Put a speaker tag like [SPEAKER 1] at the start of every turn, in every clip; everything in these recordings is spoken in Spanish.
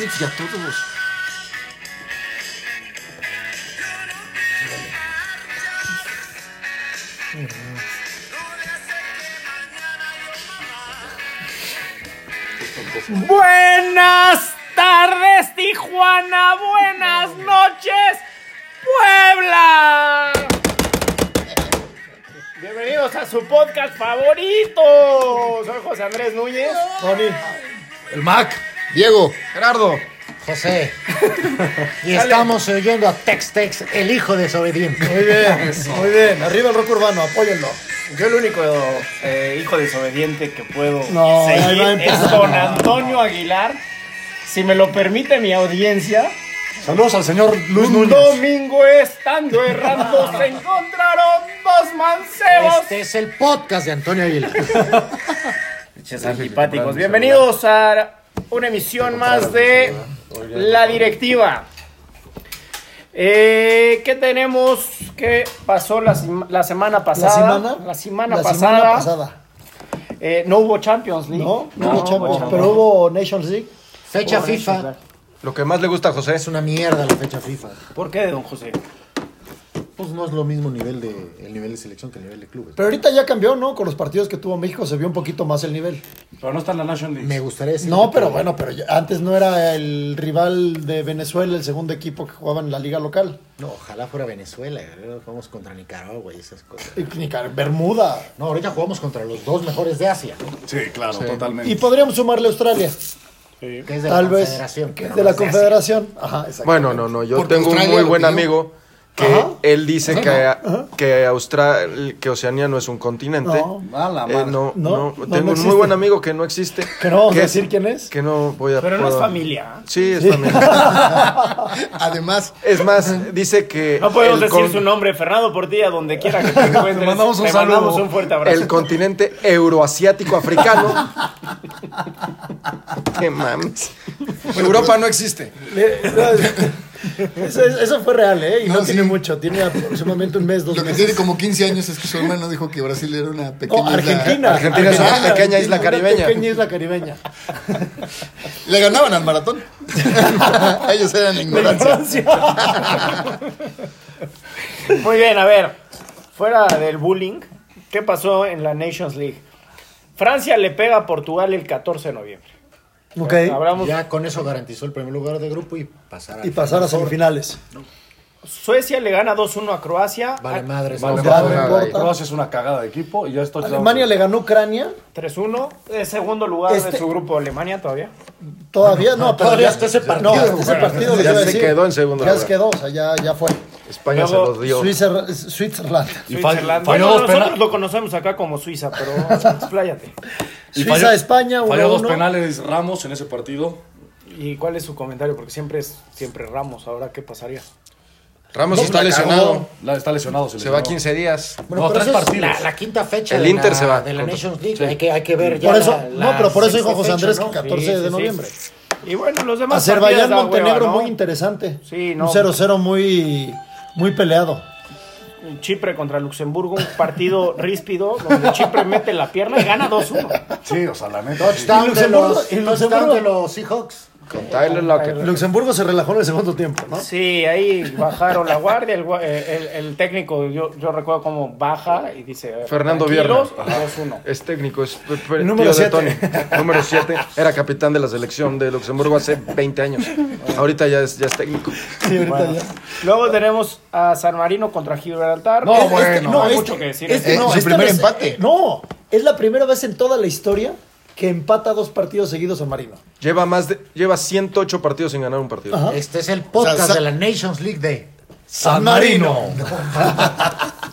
[SPEAKER 1] y a todos.
[SPEAKER 2] Buenas tardes, Tijuana. Buenas noches, Puebla. Bienvenidos a su podcast favorito. Soy José Andrés Núñez.
[SPEAKER 1] Tony. El Mac.
[SPEAKER 3] Diego,
[SPEAKER 1] Gerardo.
[SPEAKER 4] José. Y estamos oyendo a Tex Tex, el hijo desobediente.
[SPEAKER 1] Muy bien. Muy bien. Arriba el rock urbano. Apóyenlo.
[SPEAKER 2] Yo el único eh, hijo desobediente que puedo
[SPEAKER 1] No, ahí va a
[SPEAKER 2] seguir es
[SPEAKER 1] empezar.
[SPEAKER 2] don Antonio Aguilar. Si me lo permite mi audiencia,
[SPEAKER 1] Saludos al señor Luis
[SPEAKER 2] un domingo estando errando se encontraron dos mancebos.
[SPEAKER 4] Este es el podcast de Antonio Aguilar.
[SPEAKER 2] Pinches antipáticos. Bienvenidos a una emisión más de La Directiva. Eh, ¿Qué tenemos? ¿Qué pasó la, sema- la semana
[SPEAKER 1] ¿La
[SPEAKER 2] pasada?
[SPEAKER 1] semana?
[SPEAKER 2] La semana
[SPEAKER 1] La
[SPEAKER 2] pasada.
[SPEAKER 1] semana pasada.
[SPEAKER 2] Eh, no hubo Champions League.
[SPEAKER 1] ¿No? No, hubo Champions,
[SPEAKER 2] Champions.
[SPEAKER 1] pero hubo Nations League.
[SPEAKER 4] Fecha FIFA.
[SPEAKER 3] lo que más le gusta a José
[SPEAKER 4] Es una mierda la fecha FIFA.
[SPEAKER 2] ¿Por qué, don José?
[SPEAKER 3] Pues no es lo mismo nivel de, el nivel de selección que el nivel de clubes.
[SPEAKER 1] Pero ahorita ya cambió, ¿no? Con los partidos que tuvo México se vio un poquito más el nivel.
[SPEAKER 2] Pero no está en la National League.
[SPEAKER 3] Pues, Me gustaría decir.
[SPEAKER 1] No, pero bueno, pero ya- antes no era el rival de Venezuela, el segundo equipo que jugaba en la liga local.
[SPEAKER 3] No, ojalá fuera Venezuela. eh, Vamos contra Nicaragua y esas cosas.
[SPEAKER 1] Y Nicar- Bermuda.
[SPEAKER 3] No, ahorita jugamos contra los dos mejores de Asia. ¿no?
[SPEAKER 5] Sí, claro, totalmente.
[SPEAKER 1] Y podríamos sumarle a Australia.
[SPEAKER 3] Que es de
[SPEAKER 1] Tal
[SPEAKER 3] la
[SPEAKER 1] vez.
[SPEAKER 3] Confederación.
[SPEAKER 1] que es
[SPEAKER 3] pero
[SPEAKER 1] de
[SPEAKER 3] no
[SPEAKER 1] la
[SPEAKER 3] es Asia.
[SPEAKER 1] Confederación. Ajá, exacto.
[SPEAKER 6] Bueno, no, no. Yo
[SPEAKER 3] Porque
[SPEAKER 6] tengo
[SPEAKER 3] Australia
[SPEAKER 6] un muy
[SPEAKER 3] lo
[SPEAKER 6] buen
[SPEAKER 3] pidió.
[SPEAKER 6] amigo que
[SPEAKER 1] Ajá.
[SPEAKER 6] él dice
[SPEAKER 3] Ajá.
[SPEAKER 6] que, que, Austra- que Oceanía no es un continente.
[SPEAKER 1] No.
[SPEAKER 5] A la
[SPEAKER 6] Eh,
[SPEAKER 5] madre.
[SPEAKER 6] no,
[SPEAKER 1] No,
[SPEAKER 6] no,
[SPEAKER 1] no, no
[SPEAKER 6] tengo un
[SPEAKER 1] existe.
[SPEAKER 6] muy buen amigo que no existe.
[SPEAKER 1] Que no vamos a
[SPEAKER 6] es-
[SPEAKER 1] decir quién es.
[SPEAKER 6] Que no voy a
[SPEAKER 2] Pero no es
[SPEAKER 6] puedo-
[SPEAKER 2] familia. ¿eh?
[SPEAKER 6] Sí, es familia.
[SPEAKER 3] Además,
[SPEAKER 6] es más, dice que.
[SPEAKER 2] No podemos
[SPEAKER 6] el
[SPEAKER 2] decir
[SPEAKER 6] con-
[SPEAKER 2] su nombre, Fernando Portilla, donde quiera que te encuentres.
[SPEAKER 5] Te mandamos un
[SPEAKER 2] Te
[SPEAKER 5] saludo.
[SPEAKER 2] mandamos un fuerte abrazo.
[SPEAKER 6] El continente euroasiático africano. Qué mames.
[SPEAKER 5] Europa no existe.
[SPEAKER 1] Eso, eso fue real, ¿eh? Y no,
[SPEAKER 3] No,
[SPEAKER 1] tiene
[SPEAKER 3] sí.
[SPEAKER 1] mucho, tiene aproximadamente un mes, dos
[SPEAKER 3] lo que
[SPEAKER 1] meses.
[SPEAKER 3] tiene como 15 años es que su hermano dijo que Brasil era una pequeña
[SPEAKER 1] No, Oh, Argentina.
[SPEAKER 3] isla.
[SPEAKER 6] Argentina es una pequeña isla caribeña.
[SPEAKER 1] Una pequeña isla caribeña.
[SPEAKER 3] Le ganaban al maratón. Ellos eran ignorancia.
[SPEAKER 2] Muy bien, a ver. Fuera del bullying, ¿qué pasó en la Nations League? Francia le pega a Portugal el 14 de noviembre.
[SPEAKER 1] Ok.
[SPEAKER 2] Hablamos.
[SPEAKER 3] Ya con eso garantizó el primer lugar de grupo y pasar
[SPEAKER 1] Y pasar a semifinales.
[SPEAKER 2] Suecia le gana 2-1 a Croacia.
[SPEAKER 3] Vale,
[SPEAKER 2] a-
[SPEAKER 3] madres.
[SPEAKER 1] Vale,
[SPEAKER 3] no.
[SPEAKER 1] madre.
[SPEAKER 5] Croacia-
[SPEAKER 1] no importa.
[SPEAKER 5] Croacia es una cagada de equipo y ya estoy.
[SPEAKER 1] Alemania le ganó a Ucrania.
[SPEAKER 2] 3-1. En segundo lugar
[SPEAKER 1] Este-
[SPEAKER 2] de su grupo, Alemania todavía.
[SPEAKER 1] Todavía no, pero
[SPEAKER 3] todavía
[SPEAKER 1] ya-
[SPEAKER 3] hasta ese partido.
[SPEAKER 1] No, hasta ese partido les
[SPEAKER 6] Ya
[SPEAKER 1] iba a
[SPEAKER 6] se
[SPEAKER 1] decir.
[SPEAKER 6] quedó en segundo
[SPEAKER 1] Ya
[SPEAKER 6] lugar.
[SPEAKER 1] se quedó, o sea, ya, ya fue.
[SPEAKER 6] España se
[SPEAKER 2] Luego,
[SPEAKER 6] los dio.
[SPEAKER 1] Suiza- Suitzerland.
[SPEAKER 5] Y fall-
[SPEAKER 2] Suiza,
[SPEAKER 5] falló dos
[SPEAKER 2] nosotros
[SPEAKER 5] penales.
[SPEAKER 2] lo conocemos acá como Suiza, pero expláyate.
[SPEAKER 5] Y
[SPEAKER 1] Suiza, España,
[SPEAKER 5] Falló dos
[SPEAKER 1] 1-1.
[SPEAKER 5] penales Ramos en ese partido.
[SPEAKER 2] ¿Y cuál es su comentario? Porque siempre es siempre Ramos. Ahora, ¿qué pasaría?
[SPEAKER 6] Ramos
[SPEAKER 3] No,
[SPEAKER 6] está
[SPEAKER 3] la
[SPEAKER 6] lesionado.
[SPEAKER 5] La- está lesionado.
[SPEAKER 6] Se va
[SPEAKER 5] lesionó.
[SPEAKER 6] 15 días.
[SPEAKER 1] Bueno,
[SPEAKER 5] no,
[SPEAKER 1] pero
[SPEAKER 5] tres
[SPEAKER 1] eso es
[SPEAKER 5] partidos.
[SPEAKER 4] La, la quinta fecha
[SPEAKER 6] El
[SPEAKER 4] de,
[SPEAKER 6] Inter
[SPEAKER 4] la,
[SPEAKER 6] se va.
[SPEAKER 4] de la
[SPEAKER 6] Contra-
[SPEAKER 4] Nations League. Hay, que, hay que ver ya.
[SPEAKER 1] Por eso,
[SPEAKER 4] la- la
[SPEAKER 1] no, pero por eso
[SPEAKER 4] sexta
[SPEAKER 1] dijo José
[SPEAKER 4] fecha,
[SPEAKER 1] Andrés
[SPEAKER 4] ¿no?
[SPEAKER 1] que 14
[SPEAKER 2] Sí,
[SPEAKER 1] de
[SPEAKER 2] sí, sí.
[SPEAKER 1] noviembre.
[SPEAKER 2] Y bueno, los demás.
[SPEAKER 1] Azerbaiyán,
[SPEAKER 2] partidos da hueva,
[SPEAKER 1] Montenegro,
[SPEAKER 2] ¿no?
[SPEAKER 1] muy interesante.
[SPEAKER 2] Sí, no.
[SPEAKER 1] Un 0-0 muy, muy peleado.
[SPEAKER 2] Chipre contra Luxemburgo, un partido ríspido donde Chipre mete la pierna y gana 2-1.
[SPEAKER 5] Sí, o sea, la neta.
[SPEAKER 1] Y
[SPEAKER 4] Touchdown de
[SPEAKER 1] Luxemburgo-
[SPEAKER 4] los,
[SPEAKER 1] y
[SPEAKER 4] touchdown
[SPEAKER 1] Luxemburgo.
[SPEAKER 4] de los Seahawks.
[SPEAKER 6] Con Tyler Lockett.
[SPEAKER 1] Luxemburgo se relajó en el segundo tiempo, ¿no?
[SPEAKER 2] Sí, ahí bajaron la guardia, el, gua- eh, el- el técnico, yo, yo recuerdo cómo baja y dice... a ver,
[SPEAKER 6] Fernando
[SPEAKER 2] tranquilos,
[SPEAKER 6] Viernes.
[SPEAKER 2] 2-1
[SPEAKER 6] Es técnico, es p- p-
[SPEAKER 1] Número
[SPEAKER 6] tío de Tony.
[SPEAKER 1] siete.
[SPEAKER 6] Número 7. Era capitán de la selección de Luxemburgo hace 20 años. Ahorita ya es, ya es técnico.
[SPEAKER 1] Sí, ahorita ya.
[SPEAKER 2] Luego tenemos a San Marino contra Gibraltar.
[SPEAKER 5] No,
[SPEAKER 2] Este-
[SPEAKER 5] bueno,
[SPEAKER 2] no,
[SPEAKER 5] no,
[SPEAKER 2] hay
[SPEAKER 1] este-
[SPEAKER 2] mucho que decir.
[SPEAKER 1] este
[SPEAKER 3] Eh,
[SPEAKER 1] no,
[SPEAKER 3] su
[SPEAKER 1] esta
[SPEAKER 3] primer
[SPEAKER 1] vez-
[SPEAKER 3] empate.
[SPEAKER 1] No, es la primera vez en toda la historia que empata dos partidos seguidos San Marino.
[SPEAKER 6] Lleva más de, lleva 108 partidos sin ganar un partido.
[SPEAKER 1] Ajá.
[SPEAKER 4] Este es el podcast
[SPEAKER 3] O sea, sa-
[SPEAKER 4] de la Nations League de.
[SPEAKER 1] San Marino.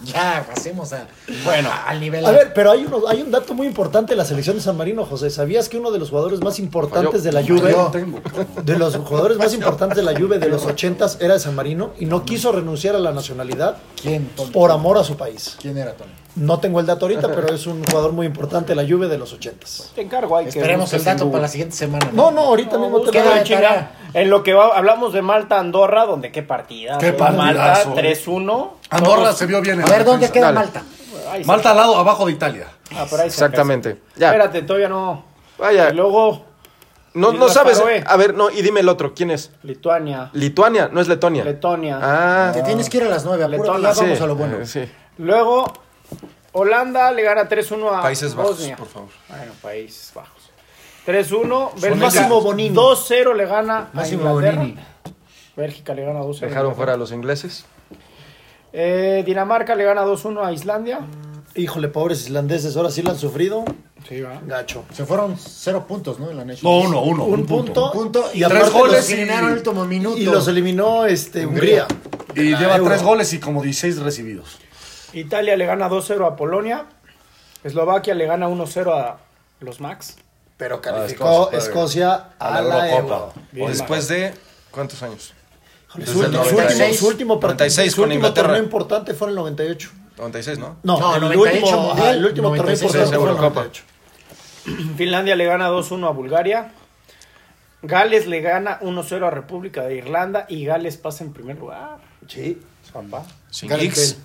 [SPEAKER 4] Ya, pasemos a,
[SPEAKER 2] Bueno.
[SPEAKER 4] a- al nivel.
[SPEAKER 1] A ver, pero hay, uno, hay un dato muy importante de la selección de San Marino, José. ¿Sabías que uno de los jugadores más importantes
[SPEAKER 6] Falló.
[SPEAKER 1] de la Juve, de los jugadores más importantes de la Juve de los ochentas era de San Marino y no quiso renunciar a la nacionalidad
[SPEAKER 3] ¿Quién, Tony?
[SPEAKER 1] por amor a su país?
[SPEAKER 3] ¿Quién era Tony?
[SPEAKER 1] No tengo el dato ahorita, pero es un jugador muy importante de la Juve de los ochentas.
[SPEAKER 2] Te encargo, hay que...
[SPEAKER 4] Esperemos el
[SPEAKER 2] busques
[SPEAKER 4] dato
[SPEAKER 2] en
[SPEAKER 4] para
[SPEAKER 2] Google.
[SPEAKER 4] la siguiente semana.
[SPEAKER 1] No, no, ahorita mismo te
[SPEAKER 4] busca
[SPEAKER 1] lo
[SPEAKER 2] Queda
[SPEAKER 1] doy.
[SPEAKER 4] de
[SPEAKER 2] en chinga.
[SPEAKER 4] tarea.
[SPEAKER 2] En lo que va- hablamos de Malta Andorra, donde qué partida.
[SPEAKER 5] Qué partidazo,
[SPEAKER 2] Malta
[SPEAKER 5] eh.
[SPEAKER 2] 3-1.
[SPEAKER 5] Andorra se vio bien en
[SPEAKER 4] A
[SPEAKER 5] la
[SPEAKER 4] ver, ¿dónde
[SPEAKER 5] defensa.
[SPEAKER 4] queda
[SPEAKER 6] Dale.
[SPEAKER 4] Malta?
[SPEAKER 2] Ay, sí.
[SPEAKER 5] Malta al lado, abajo de Italia.
[SPEAKER 2] Ah, por ahí se
[SPEAKER 6] Exactamente.
[SPEAKER 2] alcanza.
[SPEAKER 6] Ya.
[SPEAKER 2] Espérate, todavía no.
[SPEAKER 6] Vaya.
[SPEAKER 2] Y luego
[SPEAKER 6] No,
[SPEAKER 2] Y
[SPEAKER 6] no
[SPEAKER 2] la
[SPEAKER 6] sabes.
[SPEAKER 2] Faroe.
[SPEAKER 6] A ver, no, y dime el otro. ¿Quién es?
[SPEAKER 2] Lituania,
[SPEAKER 6] Lituania, no es Letonia.
[SPEAKER 2] Letonia.
[SPEAKER 6] Ah,
[SPEAKER 4] Te tienes que ir a las 9, apúrate,
[SPEAKER 2] Letona,
[SPEAKER 4] ya
[SPEAKER 2] sí.
[SPEAKER 4] vamos a lo bueno.
[SPEAKER 6] eh, sí.
[SPEAKER 2] Luego, Holanda le gana 3-1 a
[SPEAKER 5] Países Bajos,
[SPEAKER 2] Ah, Bosnia.
[SPEAKER 5] por favor.
[SPEAKER 2] Bueno, Países Bajos. 3-1, Bélgica.
[SPEAKER 1] Máximo Bonini.
[SPEAKER 2] 2-0 le gana
[SPEAKER 4] Máximo
[SPEAKER 2] a Inglaterra.
[SPEAKER 4] Bonini.
[SPEAKER 2] Bélgica le gana 2-0.
[SPEAKER 6] Dejaron fuera a los ingleses.
[SPEAKER 2] Eh, Dinamarca le gana 2-1 a Islandia.
[SPEAKER 1] Híjole, pobres islandeses, ahora sí la han sufrido.
[SPEAKER 2] Sí, va.
[SPEAKER 1] Gacho.
[SPEAKER 4] Se fueron 0 puntos, ¿no? En la Nations.
[SPEAKER 5] No, uno, uno.
[SPEAKER 1] Un punto,
[SPEAKER 4] Punto
[SPEAKER 1] y
[SPEAKER 4] y
[SPEAKER 1] aparte
[SPEAKER 4] tres goles
[SPEAKER 5] goles
[SPEAKER 4] los eliminaron
[SPEAKER 5] y-
[SPEAKER 4] el último minuto.
[SPEAKER 1] Y los eliminó este, Hungría.
[SPEAKER 5] Y lleva
[SPEAKER 1] Euro.
[SPEAKER 5] tres goles y como 16 recibidos.
[SPEAKER 2] Italia le gana 2-0 a Polonia. Eslovaquia le gana 1-0 a los Max.
[SPEAKER 1] Pero
[SPEAKER 5] Ah,
[SPEAKER 1] calificó
[SPEAKER 5] Escocia,
[SPEAKER 1] Escocia a la Euro.
[SPEAKER 2] Bien,
[SPEAKER 6] Después de. ¿Cuántos años?
[SPEAKER 1] Híjole, Su
[SPEAKER 6] Desde
[SPEAKER 1] último,
[SPEAKER 6] el
[SPEAKER 1] su último-
[SPEAKER 6] 96,
[SPEAKER 1] su último part-
[SPEAKER 6] 96
[SPEAKER 1] su
[SPEAKER 6] con
[SPEAKER 1] último
[SPEAKER 6] Inglaterra.
[SPEAKER 1] torneo importante fue en el 98.
[SPEAKER 6] 96, ¿no?
[SPEAKER 1] No,
[SPEAKER 4] No,
[SPEAKER 1] el,
[SPEAKER 4] 98
[SPEAKER 1] último,
[SPEAKER 4] mundial,
[SPEAKER 1] ajá, el último torneo
[SPEAKER 4] 96
[SPEAKER 1] importante
[SPEAKER 6] es
[SPEAKER 1] fue en el
[SPEAKER 6] Eurocopa.
[SPEAKER 1] 98.
[SPEAKER 2] Finlandia le gana 2-1 a Bulgaria. Gales le gana 1-0 a República de Irlanda. Y Gales pasa en primer lugar.
[SPEAKER 1] Sí,
[SPEAKER 2] Papá.
[SPEAKER 6] Sin
[SPEAKER 1] Gareth
[SPEAKER 6] Giggs.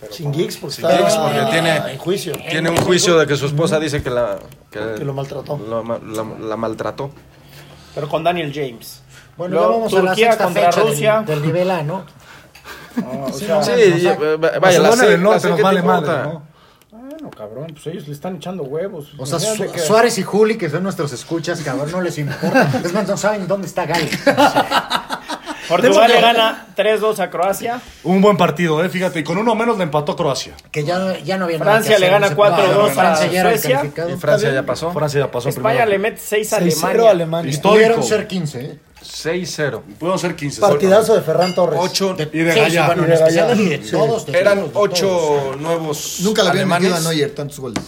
[SPEAKER 1] Bale. sin gigs porque
[SPEAKER 6] Sin
[SPEAKER 1] está
[SPEAKER 6] Giggs, porque tiene-
[SPEAKER 1] en juicio.
[SPEAKER 6] Tiene un juicio de que su esposa dice que la. Que,
[SPEAKER 1] Que lo maltrató.
[SPEAKER 6] lo ma- la- la maltrató.
[SPEAKER 2] Pero con Daniel James.
[SPEAKER 4] Bueno,
[SPEAKER 2] Luego,
[SPEAKER 4] ya vamos a la
[SPEAKER 2] Turquía
[SPEAKER 4] sexta
[SPEAKER 2] contra
[SPEAKER 4] fecha del-
[SPEAKER 2] Rusia.
[SPEAKER 4] Del, nivel A, ¿no?
[SPEAKER 2] Ah, o sea,
[SPEAKER 6] Sí,
[SPEAKER 4] nos
[SPEAKER 6] eh,
[SPEAKER 4] saca.
[SPEAKER 6] eh, vaya, la
[SPEAKER 5] Barcelona
[SPEAKER 6] sé-
[SPEAKER 5] del
[SPEAKER 6] la sé
[SPEAKER 5] Norte nos
[SPEAKER 6] que
[SPEAKER 5] vale
[SPEAKER 6] te
[SPEAKER 5] madre,
[SPEAKER 6] importa.
[SPEAKER 5] ¿no?
[SPEAKER 2] Bueno, cabrón, pues ellos le están echando huevos.
[SPEAKER 4] O sea,
[SPEAKER 2] Imagínate
[SPEAKER 4] Su-
[SPEAKER 2] que-
[SPEAKER 4] Suárez y Juli, que son nuestros escuchas, cabrón, no les importa. Es más, no saben dónde está Gales.
[SPEAKER 2] Portugal le gana 3-2 a Croacia.
[SPEAKER 5] Un buen partido, ¿eh? Fíjate, y con uno menos le empató Croacia.
[SPEAKER 4] Que ya, ya no había
[SPEAKER 2] Francia le gana 4-2 a
[SPEAKER 4] Francia ya era el
[SPEAKER 2] Suecia.
[SPEAKER 4] calificado.
[SPEAKER 6] Y Francia ya pasó.
[SPEAKER 5] Francia ya pasó en
[SPEAKER 2] España le
[SPEAKER 5] primera.
[SPEAKER 2] mete 6 a
[SPEAKER 1] 6-0
[SPEAKER 2] Alemania.
[SPEAKER 1] Alemania.
[SPEAKER 5] Histórico.
[SPEAKER 4] Pudieron ser 15, ¿eh?
[SPEAKER 6] 6-0.
[SPEAKER 5] Pudieron ser 15.
[SPEAKER 1] Partidazo de Ferran Torres.
[SPEAKER 6] 8.
[SPEAKER 5] Y de
[SPEAKER 4] Sí, sí,
[SPEAKER 5] Gallá.
[SPEAKER 4] bueno, en especial de todos. de
[SPEAKER 6] Eran
[SPEAKER 4] todos, de todos.
[SPEAKER 6] 8 nuevos.
[SPEAKER 7] Nunca la habían
[SPEAKER 6] alemanes.
[SPEAKER 7] metido a Neuer tantos goles.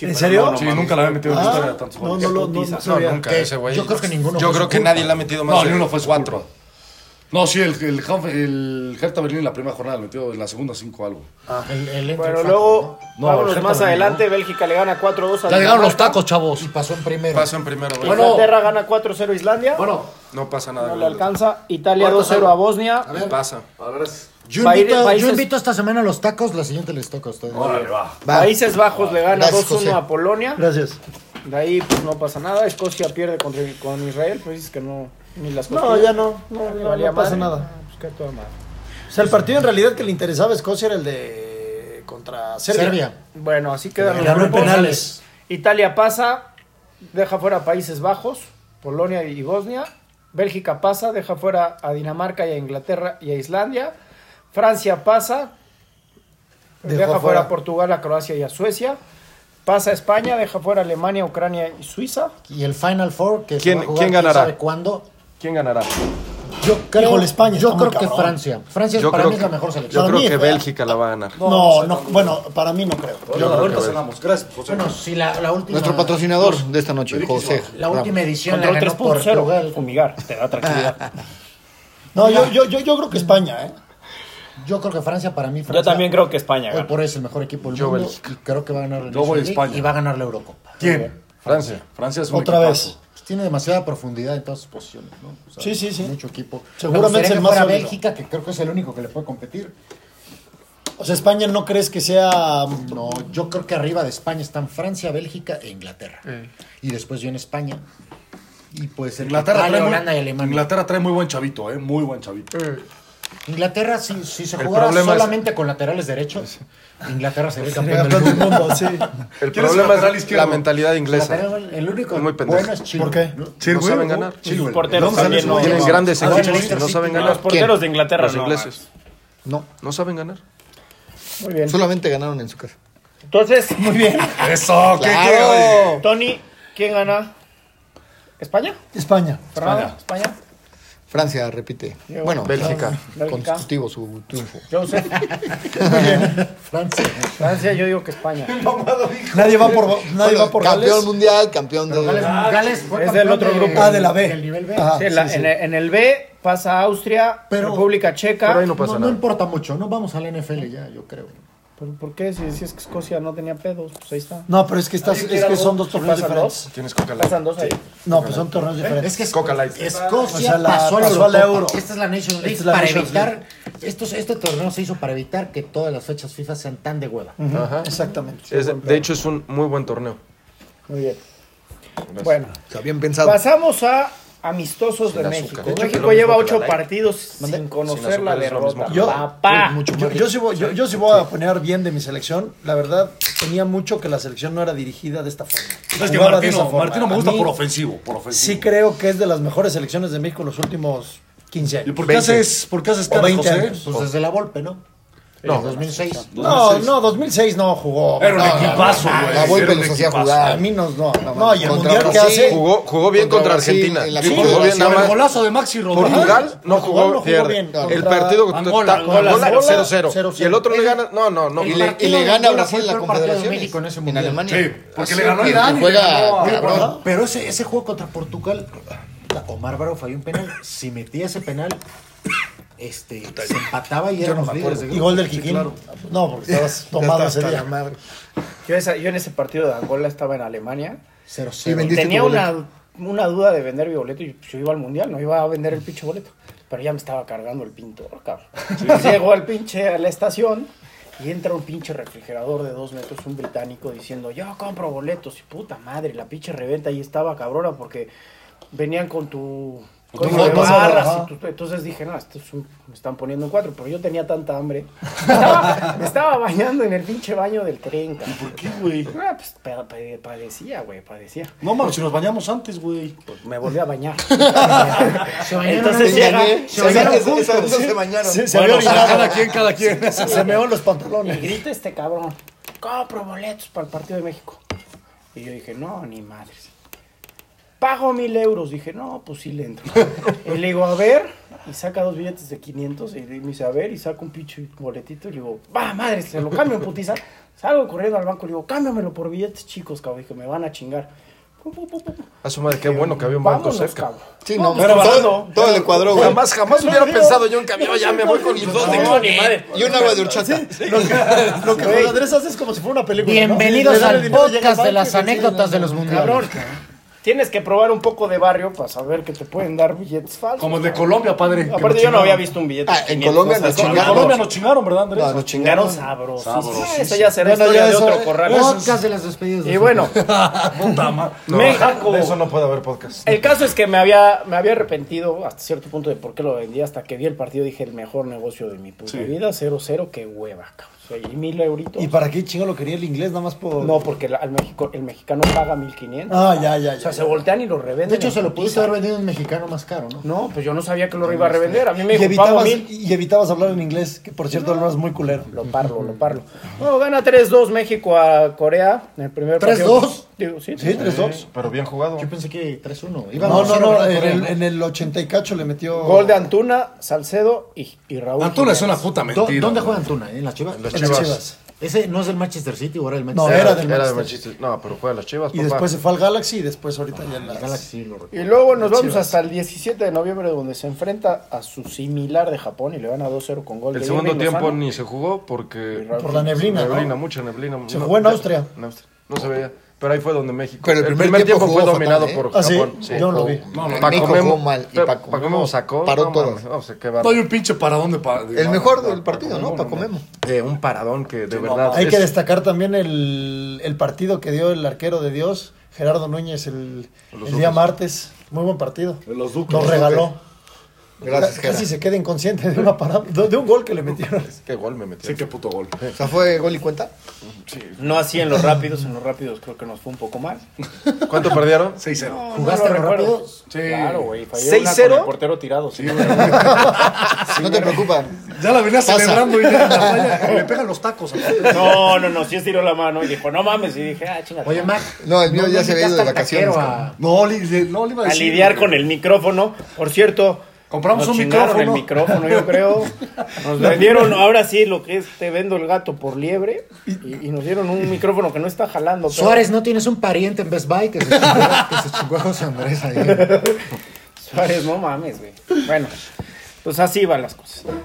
[SPEAKER 1] ¿En serio?
[SPEAKER 5] Sí, nunca la había metido en la historia de tantos
[SPEAKER 1] Ah, no,
[SPEAKER 5] goles.
[SPEAKER 1] no, lo- no, no,
[SPEAKER 6] No,
[SPEAKER 1] sabía.
[SPEAKER 6] nunca
[SPEAKER 4] Que
[SPEAKER 6] ese güey.
[SPEAKER 4] yo creo que ninguno
[SPEAKER 6] Yo
[SPEAKER 4] fue
[SPEAKER 6] creo
[SPEAKER 4] su
[SPEAKER 6] que
[SPEAKER 4] culpa.
[SPEAKER 6] nadie la ha metido más.
[SPEAKER 5] No,
[SPEAKER 6] de
[SPEAKER 5] ni uno fue su
[SPEAKER 6] cuatro.
[SPEAKER 5] No, sí, el, el, Hanf- el Hertha Berlín en la primera jornada le metió en la segunda 5 algo.
[SPEAKER 4] Ah, El, el Eintracht
[SPEAKER 2] Pero
[SPEAKER 4] Frankfurt,
[SPEAKER 2] luego,
[SPEAKER 5] No,
[SPEAKER 2] vámonos
[SPEAKER 5] Alberto
[SPEAKER 2] más
[SPEAKER 5] Mendy,
[SPEAKER 2] adelante. Bélgica le gana 4-2 a
[SPEAKER 5] Ya llegaron los
[SPEAKER 2] Dinamarca.
[SPEAKER 5] tacos,
[SPEAKER 4] ¿no?
[SPEAKER 5] chavos.
[SPEAKER 4] Y pasó en primero.
[SPEAKER 6] Pasó en primero, güey.
[SPEAKER 5] Bueno.
[SPEAKER 2] Inglaterra gana 4-0 a Islandia.
[SPEAKER 5] Bueno,
[SPEAKER 6] No pasa nada.
[SPEAKER 2] no le
[SPEAKER 6] güey.
[SPEAKER 2] alcanza. Italia 2-0 a Bosnia.
[SPEAKER 6] ¿Qué pasa?
[SPEAKER 4] Yo
[SPEAKER 2] Paí-
[SPEAKER 4] invito, yo
[SPEAKER 2] países-
[SPEAKER 4] invito esta semana a los tacos, la siguiente les toca a ustedes.
[SPEAKER 5] órale, va.
[SPEAKER 7] Va.
[SPEAKER 2] Países Bajos le gana
[SPEAKER 7] Gracias,
[SPEAKER 2] 2-1
[SPEAKER 7] José.
[SPEAKER 2] a Polonia.
[SPEAKER 1] Gracias.
[SPEAKER 2] De ahí pues no pasa nada. Escocia pierde contra, con Israel. Pues dices que no, ni las
[SPEAKER 1] No,
[SPEAKER 2] costillas.
[SPEAKER 1] ya no. No, Pues
[SPEAKER 2] Le
[SPEAKER 1] no,
[SPEAKER 2] valía
[SPEAKER 1] no pasa
[SPEAKER 2] madre.
[SPEAKER 1] nada.
[SPEAKER 2] Ah, pues, qué toda madre.
[SPEAKER 1] O sea, el partido en realidad que le interesaba a Escocia era el de eh, contra Serbia.
[SPEAKER 4] Serbia.
[SPEAKER 2] Bueno, así quedan los
[SPEAKER 1] Ganó en
[SPEAKER 2] grupos.
[SPEAKER 1] penales.
[SPEAKER 2] Italia pasa, deja fuera a Países Bajos, Polonia y Bosnia. Bélgica pasa, deja fuera a Dinamarca y a Inglaterra y a Islandia. Francia pasa,
[SPEAKER 1] Dejó
[SPEAKER 2] deja fuera
[SPEAKER 1] fuera.
[SPEAKER 2] a Portugal, a Croacia y a Suecia. Pasa a España, deja fuera a Alemania, Ucrania y Suiza.
[SPEAKER 4] Y el Final Four, que se
[SPEAKER 6] ¿Quién-
[SPEAKER 4] va a jugar,
[SPEAKER 6] quién ganará?
[SPEAKER 4] sabe cuándo.
[SPEAKER 6] ¿Quién ganará?
[SPEAKER 4] Yo creo,
[SPEAKER 1] Híjole, España
[SPEAKER 4] yo
[SPEAKER 1] está muy
[SPEAKER 4] creo que
[SPEAKER 1] cabrón.
[SPEAKER 4] Francia. Francia es
[SPEAKER 6] Yo
[SPEAKER 4] para
[SPEAKER 6] creo
[SPEAKER 4] mí es
[SPEAKER 6] que,
[SPEAKER 4] la mejor selección.
[SPEAKER 6] yo creo
[SPEAKER 1] mí,
[SPEAKER 6] que
[SPEAKER 1] eh.
[SPEAKER 6] Bélgica la va a ganar.
[SPEAKER 1] No, no, bueno, para mí no creo.
[SPEAKER 5] Ahorita cenamos. Gracias, José.
[SPEAKER 4] Bueno, si la, la última.
[SPEAKER 7] Nuestro patrocinador de esta noche, José.
[SPEAKER 4] La
[SPEAKER 7] Ramos.
[SPEAKER 4] última edición la
[SPEAKER 2] Control
[SPEAKER 4] ganó
[SPEAKER 2] 3.0.
[SPEAKER 4] Portugal.
[SPEAKER 2] Fumigar, te da tranquilidad.
[SPEAKER 1] No, yo, yo, yo, yo creo que España, ¿eh?
[SPEAKER 4] Yo creo que Francia para mí. Francia,
[SPEAKER 2] Yo también creo que España
[SPEAKER 4] Hoy
[SPEAKER 2] gana.
[SPEAKER 4] por hoy es el mejor equipo del
[SPEAKER 6] Yo
[SPEAKER 4] mundo.
[SPEAKER 6] Bélgica.
[SPEAKER 4] Y creo que va a ganar la
[SPEAKER 5] Yo voy a
[SPEAKER 4] Nations League
[SPEAKER 5] España.
[SPEAKER 4] Y va a ganar la Eurocopa.
[SPEAKER 5] ¿Quién?
[SPEAKER 6] Francia.
[SPEAKER 5] Francia es un
[SPEAKER 1] Otra
[SPEAKER 5] equipazo.
[SPEAKER 1] vez.
[SPEAKER 4] Pues tiene demasiada profundidad en todas sus posiciones, ¿no? O sea,
[SPEAKER 1] Sí, sí, sí.
[SPEAKER 4] Mucho equipo.
[SPEAKER 1] Seguramente
[SPEAKER 4] Me gustaría
[SPEAKER 1] es el
[SPEAKER 4] que
[SPEAKER 1] más
[SPEAKER 4] fuera
[SPEAKER 1] sólido.
[SPEAKER 4] Bélgica, que creo que es el único que le puede competir.
[SPEAKER 1] O sea, España no crees que sea.
[SPEAKER 4] No, yo creo que arriba de España están Francia, Bélgica e Inglaterra. Y después viene España. Y pues el
[SPEAKER 5] Inglaterra
[SPEAKER 4] Italia,
[SPEAKER 5] trae, muy,
[SPEAKER 4] Holanda y Alemania. Inglaterra,
[SPEAKER 5] Inglaterra trae muy buen chavito, ¿eh? Muy buen chavito.
[SPEAKER 4] si, si se
[SPEAKER 6] El
[SPEAKER 4] jugara
[SPEAKER 6] problema es-
[SPEAKER 4] solamente con laterales derechos, Inglaterra sería el campeón del
[SPEAKER 1] Campeón del
[SPEAKER 4] mundo.
[SPEAKER 1] mundo, sí.
[SPEAKER 6] El
[SPEAKER 5] ¿Quién es el
[SPEAKER 6] problema
[SPEAKER 5] lateral
[SPEAKER 6] es la
[SPEAKER 5] izquierdo?
[SPEAKER 6] mentalidad inglesa.
[SPEAKER 4] Lateral, el único
[SPEAKER 6] Muy pendejo.
[SPEAKER 4] bueno es Chile.
[SPEAKER 1] ¿Por qué?
[SPEAKER 4] ¿no?
[SPEAKER 6] No saben ganar.
[SPEAKER 5] Chilwell.
[SPEAKER 2] porteros
[SPEAKER 5] Vamos a ver
[SPEAKER 2] también
[SPEAKER 5] si
[SPEAKER 2] no-
[SPEAKER 5] lo
[SPEAKER 6] Tienen
[SPEAKER 5] lleva.
[SPEAKER 6] grandes
[SPEAKER 4] Ah, bueno,
[SPEAKER 6] equipos y
[SPEAKER 4] Leicester
[SPEAKER 6] no
[SPEAKER 4] City,
[SPEAKER 6] saben
[SPEAKER 4] ¿no?
[SPEAKER 2] Los
[SPEAKER 6] ganar.
[SPEAKER 2] porteros de Inglaterra
[SPEAKER 6] Los
[SPEAKER 2] no,
[SPEAKER 6] ingleses.
[SPEAKER 7] No,
[SPEAKER 6] No saben ganar.
[SPEAKER 2] Muy bien.
[SPEAKER 7] solamente ganaron en su casa.
[SPEAKER 2] Entonces, muy bien.
[SPEAKER 5] Eso, ¿qué qué, oye?
[SPEAKER 7] ¡Claro!
[SPEAKER 2] Tony, ¿quién gana? ¿España?
[SPEAKER 1] España.
[SPEAKER 2] España. España.
[SPEAKER 7] Francia repite.
[SPEAKER 2] Yo-
[SPEAKER 7] Bueno,
[SPEAKER 6] Bélgica.
[SPEAKER 2] Bélgica.
[SPEAKER 7] Constitutivo su triunfo.
[SPEAKER 2] Joseph.
[SPEAKER 4] Francia.
[SPEAKER 2] Francia, yo digo que España.
[SPEAKER 1] Nadie va por, nadie
[SPEAKER 7] Bueno,
[SPEAKER 1] va por
[SPEAKER 7] campeón
[SPEAKER 1] Gales.
[SPEAKER 7] mundial, campeón de.
[SPEAKER 4] Gales, Gales fue
[SPEAKER 2] es
[SPEAKER 4] campeón
[SPEAKER 2] del otro
[SPEAKER 4] de-
[SPEAKER 2] grupo.
[SPEAKER 1] Ah, de la B.
[SPEAKER 4] Del nivel B.
[SPEAKER 1] Ajá,
[SPEAKER 2] Sí, en, la-
[SPEAKER 1] sí, sí.
[SPEAKER 2] en el, en el B pasa Austria,
[SPEAKER 4] Pero-
[SPEAKER 2] República Checa.
[SPEAKER 6] pero ahí no pasa
[SPEAKER 4] No, no
[SPEAKER 6] nada.
[SPEAKER 4] importa mucho, no vamos a la NFL ya, yo creo.
[SPEAKER 2] ¿Pero ¿Por qué? Si decías que Escocia no tenía pedos, pues ahí está.
[SPEAKER 1] No, pero es que, estás, es que son dos torneos
[SPEAKER 2] ¿Pasan
[SPEAKER 1] diferentes.
[SPEAKER 2] dos?
[SPEAKER 6] Tienes coca
[SPEAKER 2] Pasan dos ahí.
[SPEAKER 1] No, pues son torneos diferentes.
[SPEAKER 4] Es que es-
[SPEAKER 6] Coca Light.
[SPEAKER 4] Escocia
[SPEAKER 1] O sea, la-
[SPEAKER 4] pasó, a la
[SPEAKER 1] pasó a la
[SPEAKER 4] Eurocopa.
[SPEAKER 1] Euro.
[SPEAKER 4] Esta es la Nations League
[SPEAKER 1] Esta es la
[SPEAKER 4] para
[SPEAKER 1] Nations
[SPEAKER 4] evitar. Estos, este torneo se hizo para evitar que todas las fechas FIFA sean tan de hueva.
[SPEAKER 1] Ajá, Exactamente.
[SPEAKER 6] Es- de hecho, es un muy buen torneo.
[SPEAKER 2] Muy bien.
[SPEAKER 6] pues,
[SPEAKER 2] Bueno,
[SPEAKER 7] O sea, bien pensado.
[SPEAKER 2] pasamos a amistosos de México.
[SPEAKER 6] azúcar. De hecho, es
[SPEAKER 2] México
[SPEAKER 6] lo mismo
[SPEAKER 2] lleva
[SPEAKER 6] que la
[SPEAKER 2] ocho
[SPEAKER 6] Light.
[SPEAKER 2] partidos sin
[SPEAKER 6] Sin
[SPEAKER 2] conocer
[SPEAKER 6] azúcar
[SPEAKER 2] la
[SPEAKER 6] es lo mismo
[SPEAKER 2] derrota.
[SPEAKER 6] que
[SPEAKER 1] Yo,
[SPEAKER 2] Papá.
[SPEAKER 1] yo, yo sí voy, yo, yo sí voy a poner bien de mi selección. La verdad, tenía mucho que la selección no era dirigida de esta forma.
[SPEAKER 5] Es que
[SPEAKER 1] Jugaba de esa
[SPEAKER 5] Martino,
[SPEAKER 1] forma.
[SPEAKER 5] Martino me
[SPEAKER 1] A
[SPEAKER 5] gusta
[SPEAKER 1] mí
[SPEAKER 5] por ofensivo, por ofensivo.
[SPEAKER 1] Sí creo que es de las mejores selecciones de México en los últimos 15
[SPEAKER 5] ¿Y
[SPEAKER 1] años.
[SPEAKER 5] por qué haces, por qué haces
[SPEAKER 1] O
[SPEAKER 5] caras,
[SPEAKER 1] 20
[SPEAKER 5] José?
[SPEAKER 1] años.
[SPEAKER 4] Pues desde la Volpe, ¿no? No, 2006.
[SPEAKER 1] No, no, 2006 no jugó.
[SPEAKER 5] Era un
[SPEAKER 1] No, no,
[SPEAKER 5] equipazo,
[SPEAKER 1] no,
[SPEAKER 5] Ah, güey.
[SPEAKER 7] La
[SPEAKER 5] Era
[SPEAKER 7] Volpe
[SPEAKER 5] un
[SPEAKER 7] los hacía
[SPEAKER 5] equipazo.
[SPEAKER 1] A
[SPEAKER 7] jugar.
[SPEAKER 1] mí nos no. No, y el
[SPEAKER 7] Contra
[SPEAKER 1] mundial que
[SPEAKER 7] Brasil.
[SPEAKER 1] hace.
[SPEAKER 6] Jugó, jugó bien contra,
[SPEAKER 7] Contra Brasil,
[SPEAKER 6] Argentina.
[SPEAKER 7] en la
[SPEAKER 6] Sí,
[SPEAKER 7] Copa
[SPEAKER 6] jugó
[SPEAKER 7] de
[SPEAKER 6] bien
[SPEAKER 7] Brasil.
[SPEAKER 6] nada
[SPEAKER 5] El
[SPEAKER 6] más.
[SPEAKER 5] golazo de Maxi Rodríguez.
[SPEAKER 6] Portugal no
[SPEAKER 1] Portugal no
[SPEAKER 6] jugó,
[SPEAKER 1] jugó
[SPEAKER 6] pierde.
[SPEAKER 1] bien.
[SPEAKER 6] El
[SPEAKER 1] Contra
[SPEAKER 6] partido ta-
[SPEAKER 5] Angola,
[SPEAKER 6] Angola,
[SPEAKER 5] Angola,
[SPEAKER 1] 0-0.
[SPEAKER 6] 0-0. Y el otro le gana. No, no, no.
[SPEAKER 7] Y le, y le gana a Brasil en la Confederación.
[SPEAKER 4] México en ese
[SPEAKER 7] En
[SPEAKER 4] mundial.
[SPEAKER 7] Alemania.
[SPEAKER 5] Sí, porque le ganó a
[SPEAKER 7] que-
[SPEAKER 5] Irán.
[SPEAKER 7] que
[SPEAKER 5] y
[SPEAKER 7] juega,
[SPEAKER 5] le ganó a-
[SPEAKER 7] cabrón.
[SPEAKER 4] Pero, pero ese, ese juego contra Portugal, puta, Omar Bravo falló un penal. Si metía ese penal, este, se empataba y éramos líderes de
[SPEAKER 1] Y
[SPEAKER 4] grupo.
[SPEAKER 1] gol del Kikín. No, porque estabas tomado ese
[SPEAKER 7] hasta la
[SPEAKER 1] día.
[SPEAKER 7] madre.
[SPEAKER 2] Yo, esa- yo en ese partido de Angola estaba en Alemania.
[SPEAKER 4] 0-0.
[SPEAKER 7] Y
[SPEAKER 2] Y
[SPEAKER 7] vendiste
[SPEAKER 2] tenía
[SPEAKER 7] tu
[SPEAKER 2] una, una duda de vender mi boleto y pues, yo iba al mundial, no iba a vender el pinche boleto. Pero ya me estaba cargando el pintor, cabrón. Llego al pinche a la estación y entra un pinche refrigerador de dos metros, un británico, diciendo, yo compro boletos. Y puta madre, la pinche reventa ahí estaba cabrona porque venían con tu...
[SPEAKER 5] tu
[SPEAKER 2] código de
[SPEAKER 5] foto,
[SPEAKER 2] barras
[SPEAKER 1] ajá.
[SPEAKER 2] y tu- entonces dije, no, esto es un- me están poniendo en cuatro, pero yo tenía tanta hambre. Me estaba, me estaba bañando en el pinche baño del tren, cabrón.
[SPEAKER 5] ¿Por qué, güey?
[SPEAKER 2] Ah, pues pa- pa- padecía, güey, padecía.
[SPEAKER 5] No, mames, si nos bañamos antes, güey.
[SPEAKER 2] Me volví a bañar.
[SPEAKER 7] Se
[SPEAKER 2] Entonces llega.
[SPEAKER 7] engañé.
[SPEAKER 2] se
[SPEAKER 7] Se
[SPEAKER 2] bañaron
[SPEAKER 7] bañaron
[SPEAKER 2] juntos.
[SPEAKER 7] esas dos se bañaron.
[SPEAKER 1] Se, se había orinado.
[SPEAKER 5] cada quien, cada quien.
[SPEAKER 1] Se meó en los
[SPEAKER 2] Y
[SPEAKER 1] pantalones.
[SPEAKER 2] grita este cabrón: Compro boletos para el partido de México. Y yo dije: No, ni madres. Pago mil euros. Dije: No, pues sí le entro. Y le digo: A ver. Y saca dos billetes de 500. Y me dice: A ver. Y saca un pinche boletito. Y le digo: Va, madres, se lo cambio en putiza. Salgo corriendo al banco. Y le digo: Cámbiamelo por billetes chicos, cabrón. Dije: Me van a chingar. Pum, pum, pum, pum.
[SPEAKER 6] A su madre, qué bueno que había un banco
[SPEAKER 2] Vámonos,
[SPEAKER 6] cerca.
[SPEAKER 2] cabrón.
[SPEAKER 7] Sí, no,
[SPEAKER 2] pues,
[SPEAKER 7] todo-
[SPEAKER 2] todo-
[SPEAKER 7] todo le cuadró, güey.
[SPEAKER 6] Jamás, jamás hubiera pensado yo en cambio, ya me voy con mis dos de
[SPEAKER 2] madre.
[SPEAKER 7] Y un agua de horchata.
[SPEAKER 1] Lo que Juan Andrés hace es como si fuera una película. ¿no?
[SPEAKER 4] Bienvenidos
[SPEAKER 1] Le dan el
[SPEAKER 4] al
[SPEAKER 1] dinero, llega
[SPEAKER 4] podcast de
[SPEAKER 1] banco y
[SPEAKER 4] las
[SPEAKER 1] recibe
[SPEAKER 4] anécdotas de los mundiales.
[SPEAKER 2] Cabrón, tienes que probar un poco de barrio para saber que te pueden dar billetes falsos.
[SPEAKER 5] Como el de Colombia, padre. que
[SPEAKER 2] Aparte, yo
[SPEAKER 5] nos
[SPEAKER 2] no
[SPEAKER 5] chingaron.
[SPEAKER 2] había visto un billete.
[SPEAKER 7] Ah,
[SPEAKER 2] de
[SPEAKER 7] en
[SPEAKER 2] 500.
[SPEAKER 7] Colombia
[SPEAKER 2] O sea,
[SPEAKER 7] nos
[SPEAKER 5] En Colombia nos chingaron, ¿verdad, Andrés?
[SPEAKER 7] No, nos
[SPEAKER 2] Chingaron
[SPEAKER 7] chingaron.
[SPEAKER 2] sabrosos.
[SPEAKER 5] Sabrosos.
[SPEAKER 2] Ah, Eso ya será
[SPEAKER 1] No, no,
[SPEAKER 2] historia
[SPEAKER 1] ya
[SPEAKER 2] de
[SPEAKER 1] eso-
[SPEAKER 2] otro corral.
[SPEAKER 4] Podcast de las despedidas.
[SPEAKER 2] Y bueno,
[SPEAKER 5] Puta madre.
[SPEAKER 2] México.
[SPEAKER 6] eso no puede haber podcast.
[SPEAKER 2] El caso es que me había, me había arrepentido hasta cierto punto de por qué lo vendí. Hasta que vi el partido, dije el mejor negocio de mi puta
[SPEAKER 5] Sí.
[SPEAKER 2] vida. 0-0, qué hueva, cabrón. O sea, Y mil euritos.
[SPEAKER 1] ¿Y para qué chingo lo quería el inglés? Nada más por.
[SPEAKER 2] No, porque la- al México, el mexicano paga 1500.
[SPEAKER 1] Ah, ya, ya,
[SPEAKER 2] o
[SPEAKER 1] ya.
[SPEAKER 2] sea, se voltean y lo revenden.
[SPEAKER 4] de hecho,
[SPEAKER 2] en
[SPEAKER 4] se lo pudiste
[SPEAKER 2] putiza.
[SPEAKER 4] haber vendido un mexicano más caro, ¿no?
[SPEAKER 2] No, pues yo no sabía que lo iba a revender. A mí me
[SPEAKER 1] y,
[SPEAKER 2] dijo, pago mil.
[SPEAKER 1] evitabas, y evitabas hablar en inglés, que por cierto lo hablas muy culero.
[SPEAKER 2] Lo parlo, lo parlo. No, gana 3-2 México a Corea en el primer partido.
[SPEAKER 4] 3-2.
[SPEAKER 2] Digo, sí,
[SPEAKER 1] Sí, 3-2.
[SPEAKER 6] Pero bien jugado.
[SPEAKER 4] Yo pensé que 3-1. Iba
[SPEAKER 1] No, eh, no,
[SPEAKER 4] 2-0
[SPEAKER 1] no.
[SPEAKER 4] ganando
[SPEAKER 1] En
[SPEAKER 4] Corea,
[SPEAKER 1] el,
[SPEAKER 4] ¿no?
[SPEAKER 1] en el 80 y cacho le metió.
[SPEAKER 2] Gol de Antuna, Salcedo y, y Raúl.
[SPEAKER 5] Antuna es
[SPEAKER 2] Jiménez.
[SPEAKER 5] una puta
[SPEAKER 4] ¿Dó-
[SPEAKER 5] mentira.
[SPEAKER 4] ¿Dónde juega Antuna? ¿En las Chivas?
[SPEAKER 6] En las
[SPEAKER 1] en las
[SPEAKER 6] Chivas.
[SPEAKER 1] Chivas.
[SPEAKER 4] Ese no es el Manchester City, ahora el
[SPEAKER 1] No,
[SPEAKER 4] Manchester
[SPEAKER 1] era
[SPEAKER 6] de
[SPEAKER 1] del
[SPEAKER 6] Manchester.
[SPEAKER 1] Manchester.
[SPEAKER 6] No, pero juega a las chivas,
[SPEAKER 1] Y
[SPEAKER 6] papá.
[SPEAKER 1] después se fue al Galaxy y después ahorita ya en
[SPEAKER 4] El
[SPEAKER 1] las-
[SPEAKER 4] Galaxy lo recuerdo.
[SPEAKER 2] Y luego nos vamos
[SPEAKER 1] Chivas.
[SPEAKER 2] hasta el 17 de noviembre, donde se enfrenta a su similar de Japón y le gana 2-0 con gol
[SPEAKER 6] El
[SPEAKER 2] de
[SPEAKER 6] segundo
[SPEAKER 2] Irving
[SPEAKER 6] tiempo
[SPEAKER 2] Lozano.
[SPEAKER 6] ni se jugó porque... pues,
[SPEAKER 1] Por la neblina. ¿no?
[SPEAKER 6] Neblina, mucha neblina.
[SPEAKER 1] Se jugó en
[SPEAKER 6] ya-
[SPEAKER 1] Austria.
[SPEAKER 6] En Austria. No se veía. Pero ahí fue donde México.
[SPEAKER 7] Pero el primer tiempo
[SPEAKER 6] fue
[SPEAKER 7] jugó
[SPEAKER 6] dominado
[SPEAKER 7] fatal, ¿eh?
[SPEAKER 6] por
[SPEAKER 1] Ah, ¿sí?
[SPEAKER 6] Japón.
[SPEAKER 1] Yo no lo vi.
[SPEAKER 5] No, no,
[SPEAKER 7] Paco
[SPEAKER 6] Paco
[SPEAKER 7] jugó
[SPEAKER 6] Memo
[SPEAKER 7] mal y
[SPEAKER 6] pero
[SPEAKER 7] Paco
[SPEAKER 6] Paco
[SPEAKER 7] Memo
[SPEAKER 6] Memo sacó.
[SPEAKER 7] paró
[SPEAKER 6] no,
[SPEAKER 7] todo.
[SPEAKER 6] mames, no, o sea, qué bárbaro.
[SPEAKER 5] No hay un pinche paradón de. pa- de-
[SPEAKER 7] El mejor del
[SPEAKER 5] Paco
[SPEAKER 7] partido, ¿no?
[SPEAKER 5] Memo,
[SPEAKER 7] Paco Memo.
[SPEAKER 6] Eh, un paradón que de verdad.
[SPEAKER 1] Hay
[SPEAKER 6] es-
[SPEAKER 1] que destacar también el, el partido que dio el arquero de Dios, Gerardo Núñez, el, el día martes. Muy buen partido.
[SPEAKER 5] De los Duques.
[SPEAKER 1] Nos regaló.
[SPEAKER 7] Gracias, Jera.
[SPEAKER 1] Casi se queda inconsciente de, una parada- de de un gol que le metieron.
[SPEAKER 6] Qué gol me metió.
[SPEAKER 5] Sí, qué puto gol.
[SPEAKER 7] O sea, fue gol y cuenta.
[SPEAKER 2] No así en los rápidos, en los rápidos creo que nos fue un poco mal.
[SPEAKER 6] ¿Cuánto perdieron?
[SPEAKER 5] 6-0.
[SPEAKER 4] ¿Jugaste
[SPEAKER 2] no
[SPEAKER 4] los
[SPEAKER 2] recuerdo.
[SPEAKER 4] rápidos?
[SPEAKER 5] Sí.
[SPEAKER 2] Claro, güey. falló una
[SPEAKER 6] 6-0.
[SPEAKER 2] con el portero tirado. Sí, güey.
[SPEAKER 7] no te preocupes.
[SPEAKER 5] Ya la venía
[SPEAKER 7] Pasa.
[SPEAKER 5] celebrando y ya en la playa le pegan los tacos.
[SPEAKER 2] No, no, no, sí estiró la mano y dijo, no mames. Y dije, ah, chingada.
[SPEAKER 4] Oye, Mac.
[SPEAKER 7] No, el mío ya se había ido de
[SPEAKER 4] invitaste al
[SPEAKER 7] vacaciones,
[SPEAKER 4] taquero a-
[SPEAKER 5] No, le- le- no le iba a
[SPEAKER 2] a
[SPEAKER 5] decir.
[SPEAKER 2] lidiar
[SPEAKER 5] güey.
[SPEAKER 2] con el micrófono. Por cierto,
[SPEAKER 5] Compramos
[SPEAKER 2] nos
[SPEAKER 5] un
[SPEAKER 2] chingaron
[SPEAKER 5] micrófono.
[SPEAKER 2] el micrófono, yo creo. Nos vendieron, ahora sí, lo que es te vendo el gato por liebre. Y, y nos dieron un micrófono que no está jalando. pero-
[SPEAKER 4] Suárez, ¿no tienes un pariente en Best Buy que se chingó, que se chingó a José Andrés ahí?
[SPEAKER 2] Suárez, no mames, güey. Bueno, pues así van las cosas. Vamos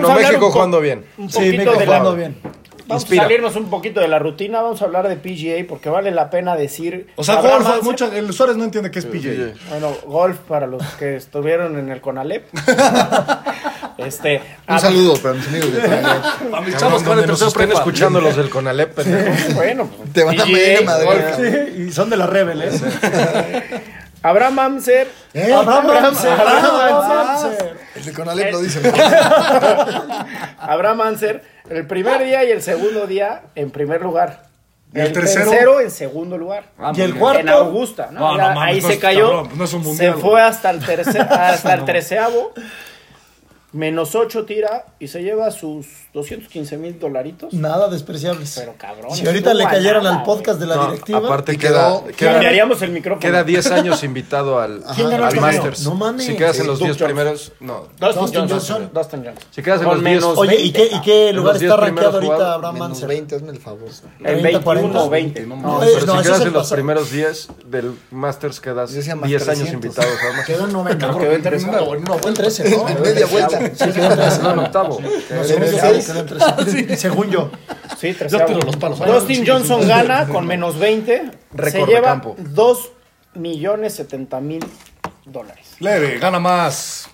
[SPEAKER 6] Bueno,
[SPEAKER 2] a hablar
[SPEAKER 6] México
[SPEAKER 2] un po-
[SPEAKER 6] jugando bien.
[SPEAKER 2] Un
[SPEAKER 1] Sí,
[SPEAKER 2] poquito
[SPEAKER 1] México
[SPEAKER 2] de la-
[SPEAKER 1] jugando bien.
[SPEAKER 2] Vamos
[SPEAKER 6] Inspira.
[SPEAKER 2] a salirnos un poquito de la rutina, vamos a hablar de PGA porque vale la pena decir.
[SPEAKER 5] O sea, el,
[SPEAKER 2] habrá
[SPEAKER 5] jugador fue
[SPEAKER 2] avance.
[SPEAKER 5] mucho- el Suárez no entiende qué es PJ.
[SPEAKER 2] Bueno, golf para los que estuvieron en el Conalep. Este,
[SPEAKER 7] Un
[SPEAKER 2] a-
[SPEAKER 7] saludo para mis amigos. de Tonalá.
[SPEAKER 5] A mis chavos que van en tercero
[SPEAKER 6] Están
[SPEAKER 5] prepa.
[SPEAKER 6] escuchando los del Conalep, pendejo.
[SPEAKER 2] Bueno, pues,
[SPEAKER 7] Te van a
[SPEAKER 2] DJ,
[SPEAKER 7] pedir madre.
[SPEAKER 1] Sí, y son de la Rebel, ¿eh?
[SPEAKER 2] Abraham Amser,
[SPEAKER 1] ¿Eh? Abraham Ramsey.
[SPEAKER 2] Abraham
[SPEAKER 7] El de Conalep lo dice.
[SPEAKER 2] Abraham Anser, el primer día y el segundo día en primer lugar.
[SPEAKER 5] ¿Y el tercero?
[SPEAKER 2] en segundo lugar.
[SPEAKER 1] Y el
[SPEAKER 2] En
[SPEAKER 1] cuarto.
[SPEAKER 2] Augusta, ¿no?
[SPEAKER 5] No, no
[SPEAKER 2] La-
[SPEAKER 5] mames,
[SPEAKER 2] ahí
[SPEAKER 5] no
[SPEAKER 2] se
[SPEAKER 5] es-
[SPEAKER 2] cayó.
[SPEAKER 5] cabrón, no es un mundial,
[SPEAKER 2] se
[SPEAKER 5] güey.
[SPEAKER 2] fue hasta el tercer, hasta el treceavo. Menos ocho tira y se lleva sus 215 mil dolaritos.
[SPEAKER 1] Nada despreciables.
[SPEAKER 2] Pero cabrón.
[SPEAKER 1] Si ahorita
[SPEAKER 2] estuvo
[SPEAKER 1] le
[SPEAKER 2] a
[SPEAKER 1] cayeran
[SPEAKER 2] nada,
[SPEAKER 1] al podcast de la
[SPEAKER 6] No,
[SPEAKER 1] directiva.
[SPEAKER 6] aparte
[SPEAKER 7] Y quedó-
[SPEAKER 6] queda, queda,
[SPEAKER 2] Cambiaríamos el micrófono.
[SPEAKER 6] queda 10 años invitado al,
[SPEAKER 3] ¿Quién ganó el
[SPEAKER 6] al
[SPEAKER 3] torneo?
[SPEAKER 6] Masters.
[SPEAKER 3] No mames.
[SPEAKER 6] Si quedas en
[SPEAKER 7] Sí,
[SPEAKER 6] los
[SPEAKER 7] Doc
[SPEAKER 6] 10
[SPEAKER 7] Jones.
[SPEAKER 6] primeros, no.
[SPEAKER 2] Dustin,
[SPEAKER 3] Dustin
[SPEAKER 2] Johnson.
[SPEAKER 3] Johnson.
[SPEAKER 2] Dustin Johnson.
[SPEAKER 6] Si quedas en
[SPEAKER 2] Con
[SPEAKER 6] los 10,
[SPEAKER 2] menos
[SPEAKER 1] Oye, ¿y qué, y qué
[SPEAKER 6] En
[SPEAKER 1] lugar
[SPEAKER 6] los
[SPEAKER 1] está
[SPEAKER 6] 10 primeros
[SPEAKER 1] rankeado ahorita
[SPEAKER 6] jugados,
[SPEAKER 1] Abraham
[SPEAKER 7] Menos
[SPEAKER 1] Manser?
[SPEAKER 7] 20, hazme el favor.
[SPEAKER 2] El
[SPEAKER 1] 30,
[SPEAKER 2] 21 o
[SPEAKER 1] 40.
[SPEAKER 2] 20.
[SPEAKER 1] No,
[SPEAKER 2] No,
[SPEAKER 1] eh,
[SPEAKER 6] pero
[SPEAKER 1] no,
[SPEAKER 6] si
[SPEAKER 1] ese
[SPEAKER 6] quedas
[SPEAKER 1] es
[SPEAKER 6] en
[SPEAKER 1] el
[SPEAKER 6] los
[SPEAKER 1] pasado.
[SPEAKER 6] primeros 10 del Masters, quedas
[SPEAKER 7] Yo decía más
[SPEAKER 6] 10 años
[SPEAKER 7] 300.
[SPEAKER 6] invitado. o sea, más-
[SPEAKER 3] Quedó en 90.
[SPEAKER 5] Porque ven tercero, güey, no,
[SPEAKER 1] Fue en 13, ¿no?
[SPEAKER 7] En media vuelta.
[SPEAKER 6] No, en octavo.
[SPEAKER 1] Según yo,
[SPEAKER 7] seis.
[SPEAKER 1] quedó en Ah, 13. Según yo.
[SPEAKER 2] Sí, treceavo.
[SPEAKER 5] tiro los palos.
[SPEAKER 2] Dustin Johnson gana con menos 20.
[SPEAKER 6] Récord
[SPEAKER 2] se
[SPEAKER 6] de
[SPEAKER 2] lleva
[SPEAKER 6] campo.
[SPEAKER 2] 2 millones 70 mil dólares.
[SPEAKER 5] Leve, gana más.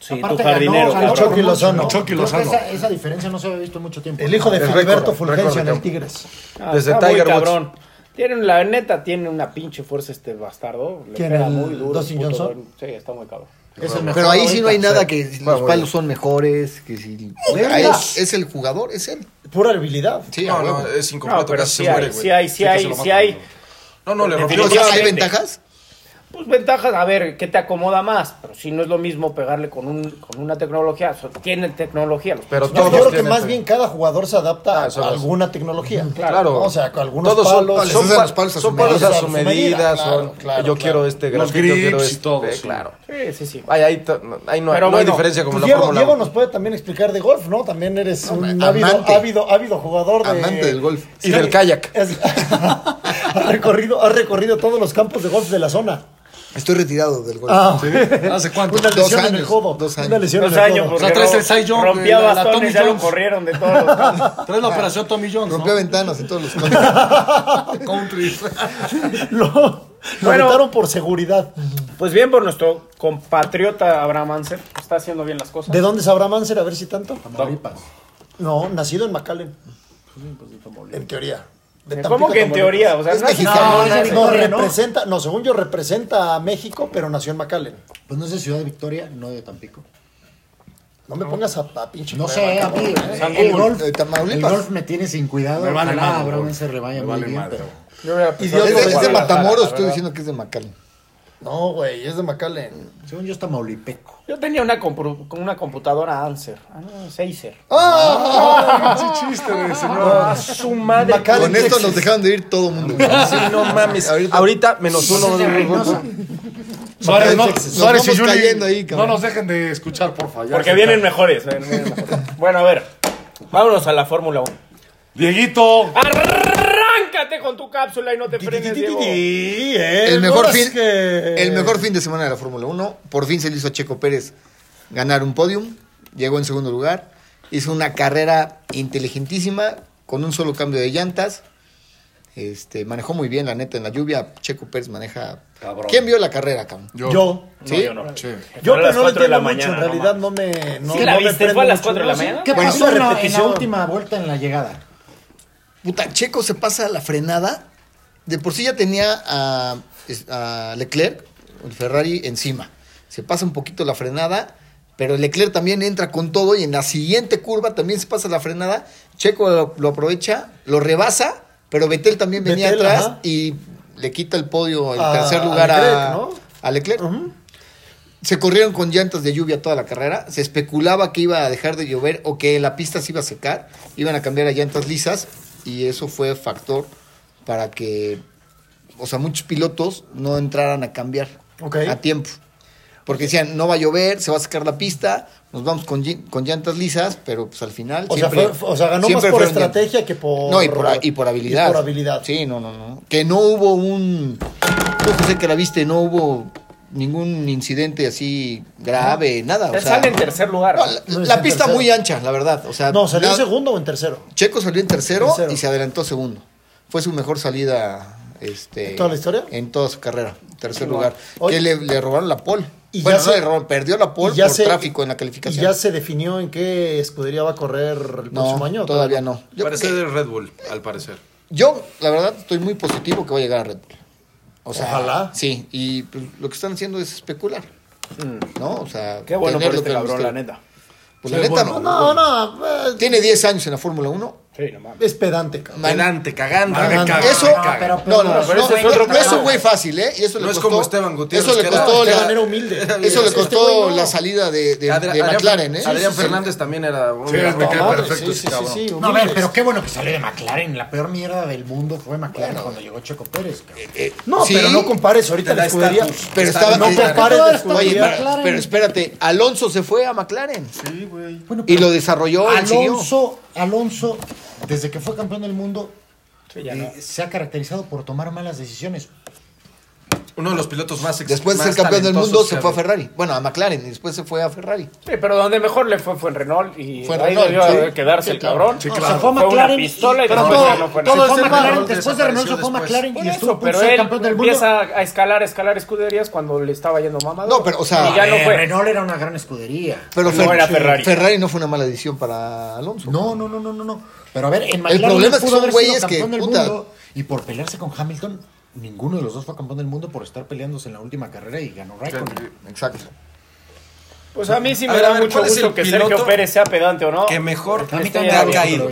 [SPEAKER 2] Sí,
[SPEAKER 3] Aparte
[SPEAKER 2] tu jardinero.
[SPEAKER 3] ganó, ganó
[SPEAKER 1] El Chucky
[SPEAKER 3] por mucho,
[SPEAKER 1] Lozano.
[SPEAKER 3] ¿no?
[SPEAKER 5] Chucky
[SPEAKER 3] Creo que
[SPEAKER 5] Lozano.
[SPEAKER 3] Esa, esa diferencia no se había visto en mucho tiempo.
[SPEAKER 1] El hijo de
[SPEAKER 6] El récord,
[SPEAKER 1] Filiberto
[SPEAKER 6] récord
[SPEAKER 1] Fulgencio
[SPEAKER 6] de
[SPEAKER 1] en el
[SPEAKER 6] campo.
[SPEAKER 1] Tigres.
[SPEAKER 2] Ah,
[SPEAKER 6] Desde
[SPEAKER 2] está muy
[SPEAKER 6] Tiger Woods.
[SPEAKER 2] cabrón. Tiene, la neta tiene una pinche fuerza este bastardo. Le
[SPEAKER 1] ¿Quién,
[SPEAKER 2] pega
[SPEAKER 1] el
[SPEAKER 2] muy duro.
[SPEAKER 1] Dustin
[SPEAKER 2] puto
[SPEAKER 1] Johnson?
[SPEAKER 2] gol. Sí, está muy cabrón.
[SPEAKER 3] Es el mejor
[SPEAKER 7] Pero ahí sí no hay
[SPEAKER 3] ahorita.
[SPEAKER 7] nada que si los
[SPEAKER 6] Vamos.
[SPEAKER 7] palos son mejores, que si...
[SPEAKER 3] Verga.
[SPEAKER 7] Es, es el jugador, es él.
[SPEAKER 1] Pura habilidad.
[SPEAKER 7] Sí, a
[SPEAKER 6] No,
[SPEAKER 7] huevo.
[SPEAKER 6] no, es
[SPEAKER 2] No,
[SPEAKER 6] incompleto,
[SPEAKER 2] pero
[SPEAKER 6] casi
[SPEAKER 2] sí
[SPEAKER 6] se muere,
[SPEAKER 2] hay,
[SPEAKER 6] güey.
[SPEAKER 2] sí hay, sí
[SPEAKER 5] que se
[SPEAKER 2] hay,
[SPEAKER 5] lo
[SPEAKER 2] sí
[SPEAKER 5] matan,
[SPEAKER 2] hay.
[SPEAKER 6] No, no, le rompió
[SPEAKER 7] Pero, o sea, ¿Hay
[SPEAKER 2] Definitivamente.
[SPEAKER 7] ventajas?
[SPEAKER 2] Pues ventajas, a ver, ¿qué te acomoda más? Pero si no es lo mismo pegarle con, un, con una tecnología. So- tienen tecnología. los
[SPEAKER 6] Pero
[SPEAKER 1] Yo
[SPEAKER 6] todos
[SPEAKER 1] creo que
[SPEAKER 6] tienen-
[SPEAKER 1] más bien cada jugador se adapta
[SPEAKER 6] Ah,
[SPEAKER 1] a
[SPEAKER 6] eso es.
[SPEAKER 1] alguna tecnología.
[SPEAKER 6] Claro.
[SPEAKER 1] O sea, con algunos
[SPEAKER 6] Todos son-
[SPEAKER 1] palos.
[SPEAKER 6] Son,
[SPEAKER 7] Les hacen
[SPEAKER 6] pa-
[SPEAKER 7] los palos a
[SPEAKER 6] son
[SPEAKER 7] su
[SPEAKER 6] palos a
[SPEAKER 1] medida.
[SPEAKER 6] su medida.
[SPEAKER 1] Claro,
[SPEAKER 6] son-
[SPEAKER 1] claro,
[SPEAKER 6] yo
[SPEAKER 1] claro.
[SPEAKER 6] quiero este
[SPEAKER 5] Los
[SPEAKER 6] gráfico, yo
[SPEAKER 5] grips
[SPEAKER 6] quiero
[SPEAKER 5] y
[SPEAKER 6] este.
[SPEAKER 5] todo, sí.
[SPEAKER 6] Claro.
[SPEAKER 2] Sí, sí, sí.
[SPEAKER 6] Ay, ahí to- no- ahí no, hay-
[SPEAKER 2] Pero
[SPEAKER 6] no hay
[SPEAKER 2] bueno,
[SPEAKER 6] diferencia como
[SPEAKER 1] Pues
[SPEAKER 6] la
[SPEAKER 1] Diego,
[SPEAKER 6] Fórmula
[SPEAKER 1] Diego
[SPEAKER 6] 1.
[SPEAKER 1] nos puede también explicar de golf, ¿no? También eres un
[SPEAKER 7] Am-
[SPEAKER 1] ávido,
[SPEAKER 7] amante.
[SPEAKER 1] ávido, ávido jugador Eh, de...
[SPEAKER 7] Amante del golf.
[SPEAKER 6] Y del kayak.
[SPEAKER 1] Es- ha, recorrido, ha recorrido todos los campos de golf de la zona.
[SPEAKER 7] Estoy retirado del golf.
[SPEAKER 1] Ah,
[SPEAKER 5] ¿Hace cuánto?
[SPEAKER 1] una
[SPEAKER 7] dos
[SPEAKER 1] lesión en el
[SPEAKER 7] años,
[SPEAKER 1] codo.
[SPEAKER 7] dos
[SPEAKER 1] Una
[SPEAKER 7] años.
[SPEAKER 1] lesión
[SPEAKER 2] Dos
[SPEAKER 1] en el
[SPEAKER 2] años,
[SPEAKER 1] codo.
[SPEAKER 2] porque
[SPEAKER 5] O sea, traes el
[SPEAKER 2] ro-
[SPEAKER 5] Cy Young,
[SPEAKER 2] rompía
[SPEAKER 5] la- la
[SPEAKER 2] bastones,
[SPEAKER 5] Tommy
[SPEAKER 2] ya lo
[SPEAKER 5] Jones.
[SPEAKER 2] corrieron de todos los campos.
[SPEAKER 5] Traes la operación Tommy Jones,
[SPEAKER 7] Rompió
[SPEAKER 5] ¿no?
[SPEAKER 7] ventanas en todos los campos.
[SPEAKER 5] Country.
[SPEAKER 1] Lo, lo
[SPEAKER 2] Bueno.
[SPEAKER 1] vetaron por seguridad.
[SPEAKER 2] Pues bien por nuestro compatriota Abraham Anser, está haciendo bien las cosas.
[SPEAKER 1] ¿De dónde sabrá Manser? A ver si tanto.
[SPEAKER 3] Tamaulipas.
[SPEAKER 1] No, nacido en McAllen. En teoría. De
[SPEAKER 2] ¿Cómo
[SPEAKER 1] Tampico,
[SPEAKER 2] que en
[SPEAKER 1] Tamaulipas.
[SPEAKER 2] teoría? O sea,
[SPEAKER 7] Es
[SPEAKER 2] no hace-
[SPEAKER 7] mexicano,
[SPEAKER 2] no,
[SPEAKER 7] es
[SPEAKER 2] no hace-
[SPEAKER 1] No,
[SPEAKER 2] no,
[SPEAKER 1] representa, no, según yo representa a México, pero nació en McAllen.
[SPEAKER 3] Pues no es de Ciudad de Victoria, no de Tampico.
[SPEAKER 1] No me pongas a, a pinche.
[SPEAKER 3] No
[SPEAKER 1] prueba,
[SPEAKER 3] sé, a
[SPEAKER 1] cabrón.
[SPEAKER 3] mí
[SPEAKER 7] Google.
[SPEAKER 3] el golf,
[SPEAKER 7] Eh,
[SPEAKER 3] el
[SPEAKER 7] Tamaulipas.
[SPEAKER 3] golf me tiene sin cuidado.
[SPEAKER 5] Me vale
[SPEAKER 3] Ojalá
[SPEAKER 5] madre,
[SPEAKER 3] a Abraham
[SPEAKER 5] güey.
[SPEAKER 3] se le vaya
[SPEAKER 5] Me
[SPEAKER 3] muy
[SPEAKER 5] vale
[SPEAKER 3] bien,
[SPEAKER 5] madre,
[SPEAKER 3] pero-
[SPEAKER 5] güey.
[SPEAKER 2] Yo hubiera
[SPEAKER 7] Es
[SPEAKER 2] pensado
[SPEAKER 7] de,
[SPEAKER 2] que
[SPEAKER 7] es de
[SPEAKER 2] Guadalajara,
[SPEAKER 7] Matamoros,
[SPEAKER 2] la
[SPEAKER 7] estoy
[SPEAKER 2] verdad.
[SPEAKER 7] diciendo que es de Macalén.
[SPEAKER 1] No, güey, es de McAllen.
[SPEAKER 3] Según yo es tamaulipeco.
[SPEAKER 2] Yo tenía una, compro- con una computadora Anser, ah, no, Seiser.
[SPEAKER 5] Ah, chiste de señor.
[SPEAKER 6] No, su madre.
[SPEAKER 1] McAllen,
[SPEAKER 7] Con esto
[SPEAKER 1] Texas.
[SPEAKER 7] nos dejaron de ir todo el mundo.
[SPEAKER 6] Sí, no mames. Ahorita,
[SPEAKER 7] Ahorita-
[SPEAKER 6] menos uno.
[SPEAKER 3] Es de Reynosa.
[SPEAKER 5] Suárez, no,
[SPEAKER 7] Nos
[SPEAKER 5] Suárez y
[SPEAKER 7] vamos
[SPEAKER 5] Juli,
[SPEAKER 7] cayendo ahí,
[SPEAKER 5] no
[SPEAKER 7] cabrón.
[SPEAKER 5] nos dejen de escuchar, porfa. ya
[SPEAKER 2] Porque
[SPEAKER 5] se-
[SPEAKER 2] vienen mejores. eh, vienen mejores. Bueno, a ver, vámonos a la Fórmula 1.
[SPEAKER 5] Dieguito.
[SPEAKER 2] Arráncate con tu cápsula y no te frenes, Diego.
[SPEAKER 7] El
[SPEAKER 1] El
[SPEAKER 7] mejor, fin, el mejor fin de semana de la Fórmula 1. Por fin se le hizo a Checo Pérez ganar un podium. Llegó en segundo lugar. Hizo una carrera inteligentísima con un solo cambio de llantas. Este, manejó muy bien, la neta, en la lluvia. Checo Pérez maneja.
[SPEAKER 5] Cabrón.
[SPEAKER 7] ¿Quién vio la carrera, cabrón?
[SPEAKER 1] Yo.
[SPEAKER 7] ¿Sí?
[SPEAKER 2] No, yo no.
[SPEAKER 5] Sí.
[SPEAKER 2] Fue a
[SPEAKER 1] Yo, pero
[SPEAKER 2] las
[SPEAKER 1] no
[SPEAKER 2] cuatro
[SPEAKER 1] lo
[SPEAKER 2] de
[SPEAKER 1] entiendo
[SPEAKER 2] la
[SPEAKER 1] mucho,
[SPEAKER 2] mañana,
[SPEAKER 1] en
[SPEAKER 2] no
[SPEAKER 1] realidad
[SPEAKER 2] mames.
[SPEAKER 1] no me... No,
[SPEAKER 2] ¿Sí la
[SPEAKER 1] no me
[SPEAKER 2] viste?
[SPEAKER 1] prende
[SPEAKER 2] ¿Fue a las
[SPEAKER 1] mucho.
[SPEAKER 2] cuatro de la
[SPEAKER 1] No, sí.
[SPEAKER 2] mañana?
[SPEAKER 3] ¿Qué
[SPEAKER 7] Bueno,
[SPEAKER 3] pasó en
[SPEAKER 1] una
[SPEAKER 3] la- en la
[SPEAKER 1] repetición.
[SPEAKER 3] última vuelta en la llegada?
[SPEAKER 7] Puta, Checo se pasa la frenada. De por sí ya tenía a, es- a Leclerc, el Ferrari, encima. Se pasa un poquito la frenada, pero Leclerc también entra con todo y en la siguiente curva también se pasa la frenada. Checo lo, lo aprovecha, lo rebasa, pero Vettel también venía
[SPEAKER 1] Vettel,
[SPEAKER 7] atrás
[SPEAKER 1] ajá.
[SPEAKER 7] y le quita el podio, el
[SPEAKER 1] A-
[SPEAKER 7] tercer
[SPEAKER 1] a
[SPEAKER 7] lugar a a
[SPEAKER 1] Leclerc,
[SPEAKER 7] Leclerc.
[SPEAKER 1] ¿no? Ujú.
[SPEAKER 7] Se corrieron con llantas de lluvia toda la carrera. Se especulaba que iba a dejar de llover o que la pista se iba a secar. Iban a cambiar a llantas lisas. Y eso fue factor para que, o sea, muchos pilotos no entraran a cambiar
[SPEAKER 1] Ok.
[SPEAKER 7] a tiempo. Porque decían, no va a llover, se va a secar la pista, nos vamos con, lli- con llantas lisas, pero pues al final.
[SPEAKER 1] O sea,
[SPEAKER 7] siempre-
[SPEAKER 1] fue- o sea, ganó más
[SPEAKER 7] siempre
[SPEAKER 1] por
[SPEAKER 7] fueron llantas.
[SPEAKER 1] estrategia que por-
[SPEAKER 7] No, y por, y por habilidad.
[SPEAKER 1] y por habilidad.
[SPEAKER 7] Sí, no, no, no. Que no hubo un. Tú, José, que la viste, no hubo ningún incidente así grave, nada. o
[SPEAKER 2] Él
[SPEAKER 7] sea,
[SPEAKER 2] sale en tercer lugar.
[SPEAKER 7] no, la,
[SPEAKER 1] No,
[SPEAKER 7] la
[SPEAKER 1] es el
[SPEAKER 7] pista
[SPEAKER 1] tercero.
[SPEAKER 7] muy ancha, la verdad. O sea,
[SPEAKER 1] No, salió en
[SPEAKER 7] na-
[SPEAKER 1] segundo o en tercero.
[SPEAKER 7] Checo salió en tercero,
[SPEAKER 1] Tercero.
[SPEAKER 7] y se adelantó segundo. Fue su mejor salida. Este,
[SPEAKER 1] ¿En toda la historia?
[SPEAKER 7] En toda su carrera. Tercer
[SPEAKER 1] Qué
[SPEAKER 7] lugar.
[SPEAKER 1] guay.
[SPEAKER 7] Que
[SPEAKER 1] Oye.
[SPEAKER 7] le, le robaron la pole.
[SPEAKER 1] Y
[SPEAKER 7] bueno,
[SPEAKER 1] ya
[SPEAKER 7] no
[SPEAKER 1] se-
[SPEAKER 7] error, perdió la pole
[SPEAKER 1] y ya
[SPEAKER 7] por
[SPEAKER 1] se-
[SPEAKER 7] tráfico en la
[SPEAKER 1] ¿Y
[SPEAKER 7] calificación.
[SPEAKER 1] ya se definió en qué escudería va a correr el
[SPEAKER 7] no,
[SPEAKER 1] próximo año?
[SPEAKER 7] todavía no. Yo,
[SPEAKER 8] Parece
[SPEAKER 7] creo
[SPEAKER 8] de Red Bull, al parecer.
[SPEAKER 7] que- yo, la verdad, estoy muy positivo que va a llegar a Red Bull. O sea,
[SPEAKER 1] Ojalá.
[SPEAKER 7] Sí, y pues, lo que están haciendo es especular. ¿no? O sea,
[SPEAKER 2] Qué bueno por
[SPEAKER 7] lo
[SPEAKER 2] este
[SPEAKER 7] que
[SPEAKER 2] cabrón,
[SPEAKER 7] usted-
[SPEAKER 2] la neta.
[SPEAKER 7] Pues, la neta, no.
[SPEAKER 1] No, no, eh,
[SPEAKER 7] Tiene 10 años en la Fórmula 1.
[SPEAKER 2] Sí, no mames.
[SPEAKER 1] es pedante, cabrón.
[SPEAKER 8] Penante, cagando.
[SPEAKER 1] Cagando.
[SPEAKER 5] Ah,
[SPEAKER 8] caga,
[SPEAKER 7] Eso,
[SPEAKER 8] caga.
[SPEAKER 2] pero-
[SPEAKER 7] no, no, no,
[SPEAKER 8] pero ese
[SPEAKER 7] no,
[SPEAKER 8] es otro
[SPEAKER 7] no, es un
[SPEAKER 8] pedo.
[SPEAKER 7] güey fácil, ¿eh? Y eso
[SPEAKER 8] No
[SPEAKER 7] le
[SPEAKER 8] es
[SPEAKER 7] costó-
[SPEAKER 8] como Esteban Gutiérrez,
[SPEAKER 7] Eso le
[SPEAKER 8] que era-
[SPEAKER 7] costó, la-
[SPEAKER 1] Esteban era humilde.
[SPEAKER 7] eso le
[SPEAKER 1] Este
[SPEAKER 7] costó
[SPEAKER 1] güey no.
[SPEAKER 7] la salida de, de-
[SPEAKER 6] Adri-
[SPEAKER 7] de
[SPEAKER 6] Adrián-
[SPEAKER 7] McLaren, ¿eh?
[SPEAKER 6] Adrián
[SPEAKER 7] Sí, sí, sí.
[SPEAKER 6] Fernández también era un
[SPEAKER 5] Sí, me
[SPEAKER 6] gastón.
[SPEAKER 5] cae
[SPEAKER 1] Madre,
[SPEAKER 5] perfecto
[SPEAKER 1] sí,
[SPEAKER 5] ese
[SPEAKER 1] sí,
[SPEAKER 5] cabrón.
[SPEAKER 1] sí, sí,
[SPEAKER 4] No, a ver,
[SPEAKER 1] humildes.
[SPEAKER 4] pero qué bueno que salió de McLaren. La peor mierda del mundo fue McLaren cuando llegó Checo Pérez. cabrón.
[SPEAKER 1] No,
[SPEAKER 7] Sí.
[SPEAKER 1] pero no compares ahorita
[SPEAKER 8] Te da
[SPEAKER 1] la escudería.
[SPEAKER 8] estatus.
[SPEAKER 7] Pero
[SPEAKER 8] Está
[SPEAKER 7] estaba.
[SPEAKER 1] No
[SPEAKER 8] bien,
[SPEAKER 7] pero-
[SPEAKER 1] compares
[SPEAKER 7] pero-
[SPEAKER 1] la escudería.
[SPEAKER 7] Oye, pero, pero espérate, Alonso se fue a McLaren.
[SPEAKER 4] Bueno,
[SPEAKER 7] Y
[SPEAKER 4] pero
[SPEAKER 7] lo desarrolló él siguió.
[SPEAKER 4] Alonso, Alonso, desde que fue campeón del mundo, eh, se ha caracterizado por tomar malas decisiones.
[SPEAKER 8] Uno de los pilotos más ex-
[SPEAKER 7] Después de
[SPEAKER 8] más
[SPEAKER 7] ser campeón del
[SPEAKER 8] talentosos
[SPEAKER 7] mundo,
[SPEAKER 8] que
[SPEAKER 7] se fue a
[SPEAKER 8] había.
[SPEAKER 7] Ferrari. Bueno, a McLaren, y después se fue a Ferrari.
[SPEAKER 2] Sí, pero donde mejor le fue fue en Renault y
[SPEAKER 7] Fue en
[SPEAKER 2] ahí
[SPEAKER 7] Renault,
[SPEAKER 2] debió
[SPEAKER 7] sí.
[SPEAKER 2] quedarse el cabrón.
[SPEAKER 4] No, se fue a
[SPEAKER 2] Fue una
[SPEAKER 4] McLaren.
[SPEAKER 2] pistola y
[SPEAKER 4] pero
[SPEAKER 2] después
[SPEAKER 4] todo-
[SPEAKER 2] ya no fue nada.
[SPEAKER 4] todo se
[SPEAKER 2] Se fue
[SPEAKER 4] fue a
[SPEAKER 8] McLaren,
[SPEAKER 4] McLaren, después de Renault se fue a
[SPEAKER 8] desapareció
[SPEAKER 4] McLaren
[SPEAKER 2] Por
[SPEAKER 4] y estuvo
[SPEAKER 2] eso,
[SPEAKER 4] a punto de
[SPEAKER 2] pero
[SPEAKER 4] ser
[SPEAKER 2] él
[SPEAKER 4] campeón del mundo.
[SPEAKER 2] empieza a escalar, escalar escuderías cuando le estaba yendo mamado.
[SPEAKER 7] No, pero, o sea,
[SPEAKER 2] Y ya
[SPEAKER 4] A
[SPEAKER 2] no
[SPEAKER 4] ver,
[SPEAKER 2] fue.
[SPEAKER 4] Renault era una gran escudería.
[SPEAKER 7] Pero
[SPEAKER 2] No
[SPEAKER 7] Fer-
[SPEAKER 2] era Ferrari.
[SPEAKER 7] no fue una mala decisión para Alonso.
[SPEAKER 4] No, no, no, no, no, no. Pero a ver, en
[SPEAKER 7] El
[SPEAKER 4] McLaren
[SPEAKER 7] problema es que
[SPEAKER 4] pudo
[SPEAKER 7] son
[SPEAKER 4] haber sido
[SPEAKER 7] güeyes que,
[SPEAKER 4] campeón del
[SPEAKER 7] puta.
[SPEAKER 4] mundo y por pelearse con Hamilton, ninguno de los dos fue campeón del mundo por estar peleándose en la última carrera y ganó Raikkonen.
[SPEAKER 7] Exacto.
[SPEAKER 2] Pues a mí sí me
[SPEAKER 8] A ver, a
[SPEAKER 2] da
[SPEAKER 8] ver,
[SPEAKER 2] mucho
[SPEAKER 8] ¿cuál es
[SPEAKER 2] gusto
[SPEAKER 8] el
[SPEAKER 2] que
[SPEAKER 8] piloto
[SPEAKER 2] Sergio Pérez sea pedante o no.
[SPEAKER 8] Que mejor
[SPEAKER 2] Porque este
[SPEAKER 8] me
[SPEAKER 2] ya-
[SPEAKER 8] ha caído.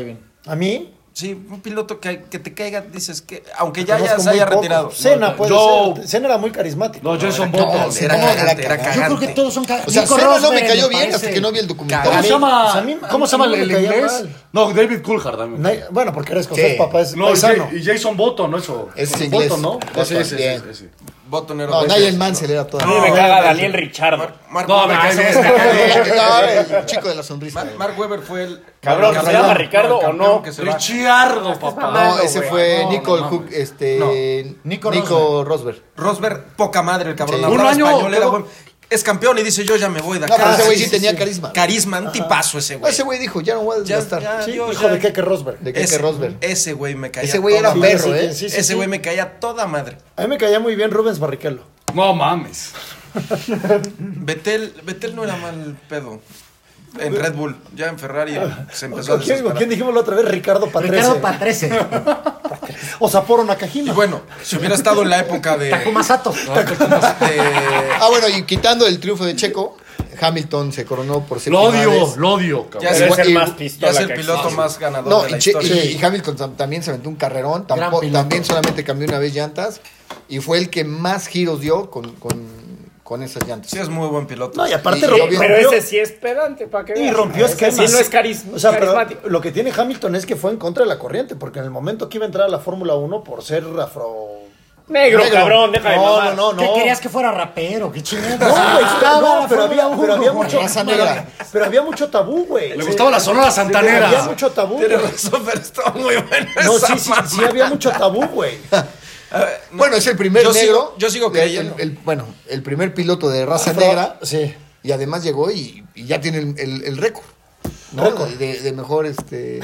[SPEAKER 1] ¿A mí?
[SPEAKER 8] Sí, un piloto que, que te caiga, dices que, aunque ya, ya
[SPEAKER 1] Conozco
[SPEAKER 8] se
[SPEAKER 1] muy
[SPEAKER 8] haya
[SPEAKER 1] poco.
[SPEAKER 8] retirado.
[SPEAKER 1] Senna
[SPEAKER 8] No,
[SPEAKER 1] puede
[SPEAKER 8] yo-
[SPEAKER 1] ser. Senna era muy carismático.
[SPEAKER 5] No, Jason
[SPEAKER 8] No,
[SPEAKER 5] Button.
[SPEAKER 8] era cagante, era
[SPEAKER 4] Yo
[SPEAKER 8] cagante.
[SPEAKER 4] creo que todos son ca-
[SPEAKER 7] O sea,
[SPEAKER 4] Nico
[SPEAKER 7] Senna no me
[SPEAKER 4] Rosberg,
[SPEAKER 7] cayó bien
[SPEAKER 4] parece.
[SPEAKER 7] hasta que no vi el
[SPEAKER 1] A
[SPEAKER 7] documental.
[SPEAKER 1] mí-
[SPEAKER 5] se llama-
[SPEAKER 1] pues a mí- a
[SPEAKER 5] ¿Cómo
[SPEAKER 1] mí
[SPEAKER 5] se llama
[SPEAKER 1] no
[SPEAKER 5] el,
[SPEAKER 1] me
[SPEAKER 5] el
[SPEAKER 1] caía
[SPEAKER 5] inglés?
[SPEAKER 1] mal.
[SPEAKER 5] No, David Coulthard también.
[SPEAKER 1] No hay- bueno, porque eres escocés, papá, es
[SPEAKER 5] No, y,
[SPEAKER 1] paisano.
[SPEAKER 5] Ja- y Jason Button, ¿no? Eso.
[SPEAKER 7] Ese es
[SPEAKER 5] Button,
[SPEAKER 7] inglés.
[SPEAKER 5] ¿no?
[SPEAKER 7] Button,
[SPEAKER 5] Ese, ese,
[SPEAKER 7] bien.
[SPEAKER 5] ese, ese.
[SPEAKER 8] Button era
[SPEAKER 7] No,
[SPEAKER 8] obeso.
[SPEAKER 7] Nigel Mansell era todo.
[SPEAKER 2] A mí me caga Daniel Richard.
[SPEAKER 8] Mark
[SPEAKER 5] No, me cae
[SPEAKER 8] Webber.
[SPEAKER 5] bien.
[SPEAKER 8] Ah,
[SPEAKER 7] No, el chico de la sonrisa.
[SPEAKER 8] Mar- Mark Webber fue el
[SPEAKER 2] Cabrón, ¿se
[SPEAKER 8] campeón,
[SPEAKER 2] llama Ricardo
[SPEAKER 8] el
[SPEAKER 2] o
[SPEAKER 8] campeón
[SPEAKER 2] no?
[SPEAKER 8] que se va.
[SPEAKER 5] Richiardo, papá.
[SPEAKER 7] No, ese fue Nicole
[SPEAKER 8] no,
[SPEAKER 7] Hook,
[SPEAKER 8] mames.
[SPEAKER 7] este
[SPEAKER 8] No.
[SPEAKER 7] Nico,
[SPEAKER 4] Nico
[SPEAKER 7] Rosberg.
[SPEAKER 8] Rosberg, poca madre el cabrón.
[SPEAKER 7] Sí.
[SPEAKER 8] Hablaba
[SPEAKER 5] Un año,
[SPEAKER 8] español, era
[SPEAKER 5] luego-
[SPEAKER 8] buen- Es campeón y dice yo ya me voy de
[SPEAKER 7] No,
[SPEAKER 8] acá.
[SPEAKER 7] pero ese güey
[SPEAKER 8] Sí,
[SPEAKER 7] sí Pues tenía carisma.
[SPEAKER 8] Carisma, un tipazo ese
[SPEAKER 7] No,
[SPEAKER 8] güey.
[SPEAKER 7] ese güey dijo, ya no voy a
[SPEAKER 8] Ya-
[SPEAKER 7] desgastar.
[SPEAKER 8] ya,
[SPEAKER 1] Sí,
[SPEAKER 8] yo
[SPEAKER 1] hijo
[SPEAKER 8] ya-
[SPEAKER 1] de Keke Rosberg.
[SPEAKER 7] De
[SPEAKER 8] Ese-
[SPEAKER 7] Keke Rosberg.
[SPEAKER 8] Ese güey me caía.
[SPEAKER 7] Ese güey
[SPEAKER 8] toda
[SPEAKER 7] era
[SPEAKER 8] madre.
[SPEAKER 7] perro, ¿eh?
[SPEAKER 1] sí, sí,
[SPEAKER 8] Ese
[SPEAKER 1] sí.
[SPEAKER 8] güey me caía toda madre.
[SPEAKER 1] A mí me caía muy bien Rubens Barrichello.
[SPEAKER 5] No mames.
[SPEAKER 8] Betel, Betel no era mal pedo. En Red Bull, ya en Ferrari se empezó a
[SPEAKER 1] ¿Con quién, con
[SPEAKER 8] desesperar.
[SPEAKER 1] quién dijimos la otra vez? Ricardo Patrese.
[SPEAKER 4] Ricardo Patrese,
[SPEAKER 1] o Sapporo
[SPEAKER 8] Y
[SPEAKER 1] Nakajima.
[SPEAKER 8] bueno, si hubiera estado en la época de,
[SPEAKER 4] Takuma Sato.
[SPEAKER 8] Ah, pues, de-
[SPEAKER 7] Ah, bueno, y quitando el triunfo de Checo, Hamilton se coronó por
[SPEAKER 5] Lo
[SPEAKER 7] séptima
[SPEAKER 5] odio,
[SPEAKER 7] vez.
[SPEAKER 5] lo odio, cabrón.
[SPEAKER 8] ya es,
[SPEAKER 7] Pero es el
[SPEAKER 8] y-
[SPEAKER 7] más
[SPEAKER 8] este, ya
[SPEAKER 2] pistola
[SPEAKER 8] es el
[SPEAKER 2] que
[SPEAKER 8] piloto
[SPEAKER 2] existe.
[SPEAKER 8] más ganador
[SPEAKER 7] No,
[SPEAKER 8] de la
[SPEAKER 7] y, Che-
[SPEAKER 8] historia.
[SPEAKER 7] y Hamilton tam- también se aventó un carrerón,
[SPEAKER 4] Gran
[SPEAKER 7] tampo-
[SPEAKER 4] piloto.
[SPEAKER 7] también solamente cambió una vez llantas y fue el que más giros dio con, con, con esas llantas.
[SPEAKER 8] Sí, es muy buen piloto.
[SPEAKER 1] No, y aparte
[SPEAKER 7] Y-
[SPEAKER 1] rom-
[SPEAKER 7] y-
[SPEAKER 1] rompió,
[SPEAKER 2] Pero ese sí es pedante, ¿para qué?
[SPEAKER 1] y rompió esquemas.
[SPEAKER 2] Sí no es carisma,
[SPEAKER 1] O sea, pero
[SPEAKER 2] carismático.
[SPEAKER 1] lo que tiene Hamilton es que fue en contra de la corriente, porque en el momento que iba a entrar a la Fórmula 1 por ser afro...
[SPEAKER 2] Negro,
[SPEAKER 1] Negro.
[SPEAKER 2] cabrón, deja de
[SPEAKER 1] No,
[SPEAKER 2] mamar. Ah,
[SPEAKER 1] no, no, no.
[SPEAKER 4] ¿Qué querías que fuera rapero? ¿Qué chingados?
[SPEAKER 1] No, güey,
[SPEAKER 4] Estaba
[SPEAKER 1] no,
[SPEAKER 4] la
[SPEAKER 1] pero,
[SPEAKER 4] Fórmula
[SPEAKER 1] había,
[SPEAKER 4] Uno,
[SPEAKER 1] pero había
[SPEAKER 4] güey.
[SPEAKER 1] mucho,
[SPEAKER 7] raza
[SPEAKER 1] pero,
[SPEAKER 7] negra.
[SPEAKER 1] pero había mucho tabú, güey.
[SPEAKER 5] Le
[SPEAKER 1] Sí.
[SPEAKER 5] gustaba la Sonora Santanera.
[SPEAKER 1] Había mucho tabú.
[SPEAKER 8] Tiene
[SPEAKER 1] güey.
[SPEAKER 8] razón, pero estaba muy bueno.
[SPEAKER 1] No,
[SPEAKER 8] esa
[SPEAKER 1] sí, sí, sí,
[SPEAKER 8] mamá.
[SPEAKER 1] había mucho tabú, güey.
[SPEAKER 7] Bueno, es el primer
[SPEAKER 8] Yo
[SPEAKER 7] negro.
[SPEAKER 8] sigo- yo sigo
[SPEAKER 7] de-
[SPEAKER 8] creyendo.
[SPEAKER 7] el- el- bueno, el primer piloto de raza
[SPEAKER 1] Afro-
[SPEAKER 7] negra
[SPEAKER 1] Sí.
[SPEAKER 7] y además llegó y, y ya tiene el, el- el récord. ¿no?
[SPEAKER 1] Récord.
[SPEAKER 7] De, de mejor, este.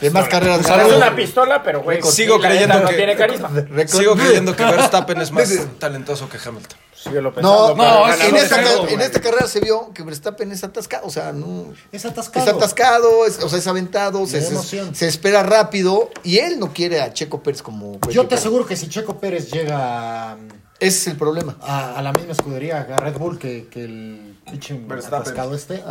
[SPEAKER 7] de más carreras
[SPEAKER 2] Es
[SPEAKER 7] ganadas.
[SPEAKER 2] una pistola, pero güey.
[SPEAKER 8] Sigo
[SPEAKER 2] la
[SPEAKER 8] creyendo
[SPEAKER 2] neta
[SPEAKER 8] que-
[SPEAKER 2] No tiene carisma.
[SPEAKER 7] Récord.
[SPEAKER 8] Sigo creyendo que Verstappen es más talentoso que Hamilton.
[SPEAKER 2] Síguelo pensando.
[SPEAKER 7] No,
[SPEAKER 5] No,
[SPEAKER 2] pero
[SPEAKER 5] es-
[SPEAKER 7] en,
[SPEAKER 2] ganador.
[SPEAKER 7] esta,
[SPEAKER 5] no,
[SPEAKER 7] car-
[SPEAKER 5] no,
[SPEAKER 7] en
[SPEAKER 5] güey.
[SPEAKER 7] esta carrera se vio que Verstappen es atascado, o sea, no.
[SPEAKER 4] Es atascado.
[SPEAKER 7] Está atascado, es- o sea, es aventado, se,
[SPEAKER 4] da
[SPEAKER 7] se-
[SPEAKER 4] emoción.
[SPEAKER 7] se espera rápido y él no quiere a Checo Pérez como.
[SPEAKER 4] Yo te aseguro que si Checo Pérez llega mm,
[SPEAKER 7] Ese es el problema.
[SPEAKER 4] a, a la misma escudería, a Red Bull, que, que el pinche
[SPEAKER 8] Verstappen.
[SPEAKER 4] atascado este,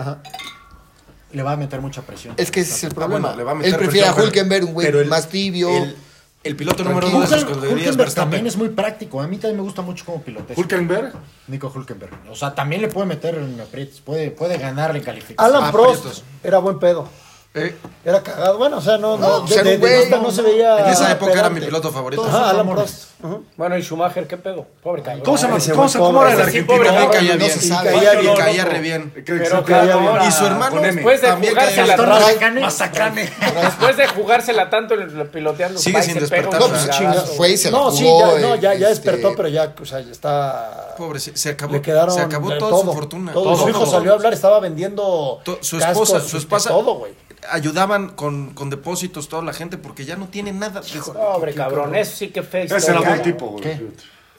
[SPEAKER 4] le va a meter mucha presión.
[SPEAKER 7] Es que ese es el problema.
[SPEAKER 8] Ah, bueno, le va a meter
[SPEAKER 7] él prefiere a
[SPEAKER 8] presión, pero-
[SPEAKER 7] Hulkenberg, un
[SPEAKER 8] pero
[SPEAKER 7] güey
[SPEAKER 8] el-
[SPEAKER 7] más tibio.
[SPEAKER 8] El, el piloto número uno de sus
[SPEAKER 4] Hulken-
[SPEAKER 8] escuderías es
[SPEAKER 4] Hulkenberg también
[SPEAKER 8] Verstappen.
[SPEAKER 4] es muy práctico. A mí también me gusta mucho como piloto.
[SPEAKER 5] Hulkenberg.
[SPEAKER 4] Nico Hulkenberg. O sea, también le puede meter en aprietos. Puede, puede ganarle en calificación. Ah,
[SPEAKER 1] Alan Prost
[SPEAKER 8] aprietos.
[SPEAKER 1] era buen pedo.
[SPEAKER 8] Eh,
[SPEAKER 1] Era cagado. Bueno, o sea, no, no,
[SPEAKER 7] pues
[SPEAKER 1] de,
[SPEAKER 7] era
[SPEAKER 1] de-
[SPEAKER 7] un
[SPEAKER 1] de
[SPEAKER 7] güey,
[SPEAKER 1] vista no,
[SPEAKER 7] no,
[SPEAKER 1] se
[SPEAKER 7] no.
[SPEAKER 1] veía.
[SPEAKER 8] En esa época era
[SPEAKER 1] pedante.
[SPEAKER 8] mi piloto favorito.
[SPEAKER 1] Ajá, Alan
[SPEAKER 4] Todos
[SPEAKER 1] Prost.
[SPEAKER 2] Bueno, y Schumacher, ¿qué pedo? Pobre cabrón.
[SPEAKER 5] ¿Cómo se llama?
[SPEAKER 1] Ese
[SPEAKER 5] ¿Cómo
[SPEAKER 1] buen
[SPEAKER 5] se cómo era el
[SPEAKER 2] pobre, ese sí,
[SPEAKER 5] argentino?
[SPEAKER 2] pobre
[SPEAKER 8] No,
[SPEAKER 2] cabrón.
[SPEAKER 8] caía
[SPEAKER 7] no
[SPEAKER 8] bien.
[SPEAKER 7] se sabe.
[SPEAKER 1] Caía bien.
[SPEAKER 8] Caía re bien.
[SPEAKER 5] Que-
[SPEAKER 2] Pero
[SPEAKER 5] que caía
[SPEAKER 2] cabrón,
[SPEAKER 5] bien.
[SPEAKER 8] Y su hermano,
[SPEAKER 5] Con M.
[SPEAKER 8] después de
[SPEAKER 2] También
[SPEAKER 8] jugarse
[SPEAKER 2] caía
[SPEAKER 8] a la
[SPEAKER 2] bien.
[SPEAKER 5] Mazacane.
[SPEAKER 2] Después de jugársela tanto en el piloteando.
[SPEAKER 8] Sigue
[SPEAKER 2] va y
[SPEAKER 8] sin
[SPEAKER 2] se
[SPEAKER 8] despertar,
[SPEAKER 2] pega
[SPEAKER 7] No,
[SPEAKER 2] un
[SPEAKER 7] pues
[SPEAKER 8] Cagazo.
[SPEAKER 7] chinga,
[SPEAKER 2] chingadazo.
[SPEAKER 7] fue y se la
[SPEAKER 1] No, sí,
[SPEAKER 7] jugó,
[SPEAKER 1] ya, no,
[SPEAKER 7] eh,
[SPEAKER 1] ya, ya
[SPEAKER 7] este,
[SPEAKER 1] despertó, pero ya, o sea, ya está.
[SPEAKER 8] Pobre, se, se acabó,
[SPEAKER 1] Le quedaron.
[SPEAKER 8] se acabó
[SPEAKER 1] de
[SPEAKER 8] toda
[SPEAKER 1] todo,
[SPEAKER 8] su fortuna.
[SPEAKER 1] todo.
[SPEAKER 8] todo,
[SPEAKER 1] su hijo
[SPEAKER 8] todo.
[SPEAKER 1] salió a hablar, estaba vendiendo.
[SPEAKER 8] To- su
[SPEAKER 1] cascos,
[SPEAKER 8] esposa, su
[SPEAKER 1] de
[SPEAKER 8] esposa
[SPEAKER 1] Todo, güey.
[SPEAKER 8] ayudaban con, con depósitos toda la gente porque ya no tiene nada. de-
[SPEAKER 2] Pobre cabrón, eso sí que feo.
[SPEAKER 5] Ese era buen tipo, güey.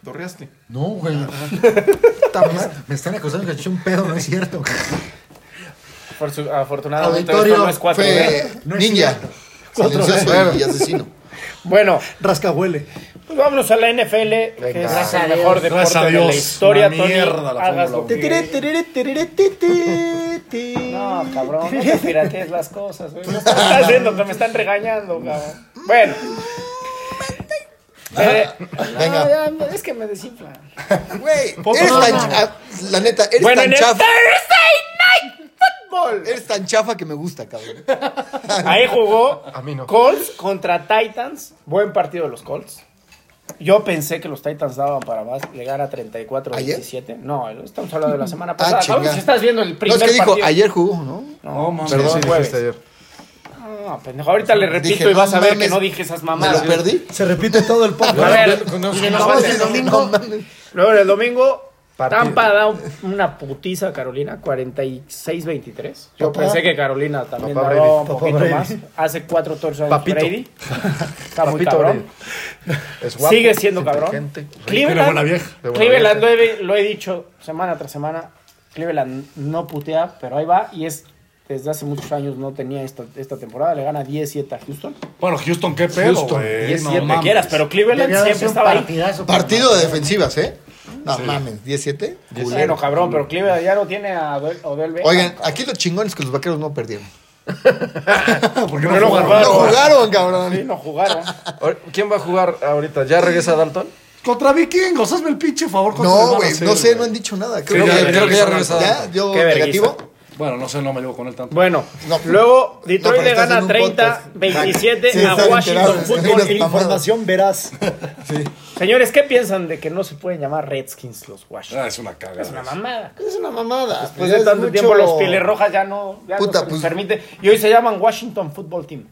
[SPEAKER 8] Dorreaste.
[SPEAKER 4] No, güey. Me están acusando que eché un pedo, no es cierto. güey.
[SPEAKER 2] Afortu- Afortunadamente,
[SPEAKER 4] Auditorio
[SPEAKER 2] esto no es 4
[SPEAKER 7] Fue
[SPEAKER 4] No es
[SPEAKER 7] ninja. Silencioso y asesino.
[SPEAKER 2] Bueno,
[SPEAKER 1] Rasca huele.
[SPEAKER 2] pues vámonos a la NFL, que es el mejor
[SPEAKER 5] Gracias a
[SPEAKER 2] deporte de la
[SPEAKER 5] Dios.
[SPEAKER 2] historia,
[SPEAKER 5] Una
[SPEAKER 2] Tony.
[SPEAKER 5] mierda la
[SPEAKER 2] hagas
[SPEAKER 5] Fórmula
[SPEAKER 2] lo que- No, cabrón, no te piratees las cosas, güey. No estás haciendo que me están regañando, cabrón. Bueno. Eh,
[SPEAKER 7] Venga.
[SPEAKER 2] no, ya, es que me desinfla.
[SPEAKER 7] Güey, eres tan. ah, La neta, eres
[SPEAKER 2] Bueno,
[SPEAKER 7] tan
[SPEAKER 2] en el
[SPEAKER 7] chafa.
[SPEAKER 2] Thursday Night Football.
[SPEAKER 7] Eres tan chafa que me gusta, cabrón.
[SPEAKER 2] Ahí jugó
[SPEAKER 6] A mí no.
[SPEAKER 2] Colts contra Titans. Buen partido de los Colts. Yo pensé que los Titans daban para más llegar a 34-17. No, estamos hablando de la semana pasada.
[SPEAKER 7] Ah, chinga.
[SPEAKER 2] Vamos, estás viendo el
[SPEAKER 7] No,
[SPEAKER 2] primer
[SPEAKER 7] es que dijo,
[SPEAKER 2] partido.
[SPEAKER 7] ayer jugó, ¿no?
[SPEAKER 2] No,
[SPEAKER 8] mames.
[SPEAKER 6] Sí,
[SPEAKER 7] Perdón,
[SPEAKER 6] sí, este,
[SPEAKER 2] jueves.
[SPEAKER 6] dijiste ayer.
[SPEAKER 2] No, pendejo, ahorita le repito
[SPEAKER 7] Dije,
[SPEAKER 2] y vas a
[SPEAKER 7] no
[SPEAKER 2] ver
[SPEAKER 7] mames,
[SPEAKER 2] que no dije esas
[SPEAKER 8] Ah,
[SPEAKER 7] ¿Me
[SPEAKER 2] mamadas.
[SPEAKER 7] lo perdí?
[SPEAKER 1] Se repite todo el
[SPEAKER 2] A
[SPEAKER 1] podcast.
[SPEAKER 2] ver, y en los jueves del domingo- Luego en el domingo,
[SPEAKER 6] Partido.
[SPEAKER 2] Tampa da un- una putiza a Carolina, 46-23. Yo
[SPEAKER 1] Papá.
[SPEAKER 2] pensé que Carolina también
[SPEAKER 6] Papá
[SPEAKER 2] daba
[SPEAKER 6] Brady.
[SPEAKER 2] un
[SPEAKER 1] Papá
[SPEAKER 2] poquito
[SPEAKER 1] Brady.
[SPEAKER 2] más. Hace cuatro touchdowns
[SPEAKER 6] Papito.
[SPEAKER 2] Brady. Está muy
[SPEAKER 6] Papito
[SPEAKER 2] cabrón.
[SPEAKER 6] Brady. Es guapo,
[SPEAKER 2] Sigue siendo
[SPEAKER 6] es
[SPEAKER 2] cabrón.
[SPEAKER 6] inteligente.
[SPEAKER 5] Pero buena vieja.
[SPEAKER 2] Cleveland,
[SPEAKER 6] Pero buena
[SPEAKER 2] Cleveland lo, he, lo he dicho semana tras semana. Cleveland no putea, pero ahí va. Y es desde hace muchos años no tenía esta, esta temporada. Le gana 17 a Houston.
[SPEAKER 5] Bueno, Houston, qué pedo, güey.
[SPEAKER 2] 17
[SPEAKER 5] No mames.
[SPEAKER 2] quieras, pero Cleveland
[SPEAKER 4] Debió haber
[SPEAKER 2] siempre
[SPEAKER 4] sido un
[SPEAKER 2] estaba ahí.
[SPEAKER 4] partidazo.
[SPEAKER 7] Partido de defensivas, ¿eh? No mames, 17.
[SPEAKER 2] Bueno, cabrón, pero Cleveland ya no tiene a Odell- Odell Beckham.
[SPEAKER 7] Oigan, aquí lo chingón es que los vaqueros no perdieron.
[SPEAKER 5] ¿Por qué no
[SPEAKER 2] no
[SPEAKER 5] jugaron?
[SPEAKER 7] No
[SPEAKER 2] Claro.
[SPEAKER 7] jugaron, cabrón.
[SPEAKER 2] Sí, no jugaron.
[SPEAKER 6] Ahora, ¿Quién va a jugar ahorita? ¿Ya regresa Dalton?
[SPEAKER 5] Contra vikingos, hazme el pinche favor. ¿cuántos les van
[SPEAKER 7] No,
[SPEAKER 5] a
[SPEAKER 7] güey,
[SPEAKER 5] hacer,
[SPEAKER 7] no sé,
[SPEAKER 5] eh, güey?
[SPEAKER 7] no han dicho nada.
[SPEAKER 6] Creo
[SPEAKER 7] Creo
[SPEAKER 6] que-
[SPEAKER 7] que
[SPEAKER 6] creo que ya regresó
[SPEAKER 7] ya,
[SPEAKER 6] Dalton.
[SPEAKER 7] yo
[SPEAKER 2] Qué vergüenza.
[SPEAKER 7] negativo.
[SPEAKER 5] Bueno, no sé, no me llevo con él tanto.
[SPEAKER 2] Bueno,
[SPEAKER 7] No.
[SPEAKER 2] luego
[SPEAKER 7] No,
[SPEAKER 2] Detroit
[SPEAKER 7] pero
[SPEAKER 2] le
[SPEAKER 7] estás
[SPEAKER 2] gana
[SPEAKER 7] en un
[SPEAKER 2] 30,
[SPEAKER 7] podcast.
[SPEAKER 2] 27
[SPEAKER 7] Sí,
[SPEAKER 2] a
[SPEAKER 7] están
[SPEAKER 2] Washington
[SPEAKER 7] enterados,
[SPEAKER 2] Football
[SPEAKER 7] enterados.
[SPEAKER 2] Team.
[SPEAKER 1] Información verás.
[SPEAKER 2] Señores, ¿qué piensan de que no se pueden llamar Redskins los
[SPEAKER 5] Ah,
[SPEAKER 2] Washington?
[SPEAKER 5] es una cagada.
[SPEAKER 2] Es una mamada. pues,
[SPEAKER 7] Es una mamada.
[SPEAKER 2] Después de tanto tiempo los Pieles Rojas ya no, ya no
[SPEAKER 7] Puta,
[SPEAKER 2] se les
[SPEAKER 7] pues-
[SPEAKER 2] permite. Y hoy se llaman Washington Football Team.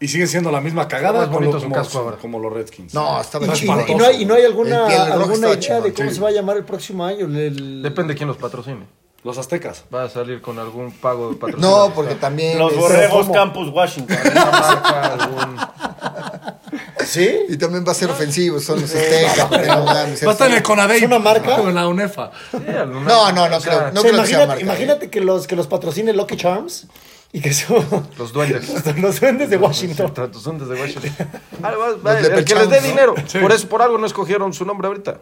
[SPEAKER 5] Y sigue siendo la misma cagada
[SPEAKER 6] Más
[SPEAKER 5] con
[SPEAKER 6] bonito
[SPEAKER 5] los-
[SPEAKER 6] su
[SPEAKER 5] como,
[SPEAKER 6] casco ahora.
[SPEAKER 5] como los Redskins.
[SPEAKER 7] No, estaba
[SPEAKER 5] No es
[SPEAKER 7] chingón.
[SPEAKER 5] para-
[SPEAKER 1] Y no hay, y no hay alguna,
[SPEAKER 7] El piel roja
[SPEAKER 1] alguna
[SPEAKER 7] estaba
[SPEAKER 1] idea de
[SPEAKER 7] chingón,
[SPEAKER 1] cómo
[SPEAKER 5] sí.
[SPEAKER 1] se va a llamar el próximo año. El- el-
[SPEAKER 6] Depende de quién los patrocine.
[SPEAKER 5] Los aztecas.
[SPEAKER 6] Va a salir con algún pago de patrocinio.
[SPEAKER 7] No, porque también.
[SPEAKER 2] Los
[SPEAKER 7] es-
[SPEAKER 2] Borregos Campus Washington.
[SPEAKER 6] Una marca, algún-
[SPEAKER 1] ¿Sí?
[SPEAKER 7] Y también va a ser ofensivo, son los aztecas. no mames,
[SPEAKER 5] Va a estar en el Conadey.
[SPEAKER 1] ¿Es una marca?
[SPEAKER 5] En la UNEFA.
[SPEAKER 6] Sí, alguna-
[SPEAKER 7] No, no, no
[SPEAKER 6] o sea,
[SPEAKER 7] creo. No
[SPEAKER 1] O sea,
[SPEAKER 7] creo que sea
[SPEAKER 1] imagínate
[SPEAKER 7] marca. ¿eh?
[SPEAKER 1] imagínate que, los, que los patrocine Lucky Charms y que son
[SPEAKER 6] Los duendes.
[SPEAKER 1] los duendes de Washington.
[SPEAKER 6] Los duendes de Washington. Ah, va- va-
[SPEAKER 7] Los
[SPEAKER 6] el que les dé
[SPEAKER 7] leprechauns.
[SPEAKER 6] dinero. Por eso, por algo no escogieron su nombre ahorita.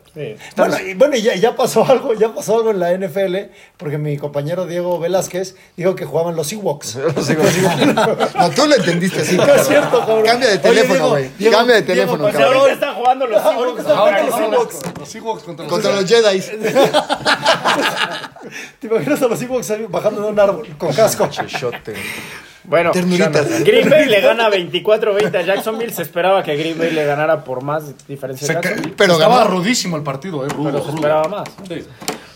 [SPEAKER 1] Bueno, y, bueno, y ya, ya pasó algo, ya pasó algo en la NFL, porque mi compañero Diego Velázquez dijo que jugaban los Ewoks.
[SPEAKER 6] Yo sigo así.
[SPEAKER 7] No, tú lo entendiste así.
[SPEAKER 1] No es cierto, cabrón.
[SPEAKER 7] Cambia de
[SPEAKER 1] Oye,
[SPEAKER 7] teléfono,
[SPEAKER 1] Diego,
[SPEAKER 7] güey.
[SPEAKER 1] Diego,
[SPEAKER 7] Cambia de
[SPEAKER 1] Diego,
[SPEAKER 7] teléfono,
[SPEAKER 1] pues,
[SPEAKER 7] cabrón.
[SPEAKER 2] ahorita están jugando los
[SPEAKER 1] Ahorita están
[SPEAKER 2] Seahawks.
[SPEAKER 1] jugando los Ewoks.
[SPEAKER 5] Los Seahawks contra los
[SPEAKER 7] Contra los Jedi.
[SPEAKER 1] ¿Te imaginas a los Ewoks ahí bajando de un árbol con casco?
[SPEAKER 2] Bueno,
[SPEAKER 7] Ternuritas.
[SPEAKER 2] Green Bay le gana 24-20 a Jacksonville. Se esperaba que Green Bay le ganara por más diferencia de
[SPEAKER 5] Se ca-
[SPEAKER 2] Jacksonville.
[SPEAKER 7] Pero
[SPEAKER 5] Estaba
[SPEAKER 7] ganó.
[SPEAKER 5] rudísimo el partido, eh. Rudo,
[SPEAKER 2] Pero se
[SPEAKER 5] rudo.
[SPEAKER 2] esperaba más.
[SPEAKER 5] Sí.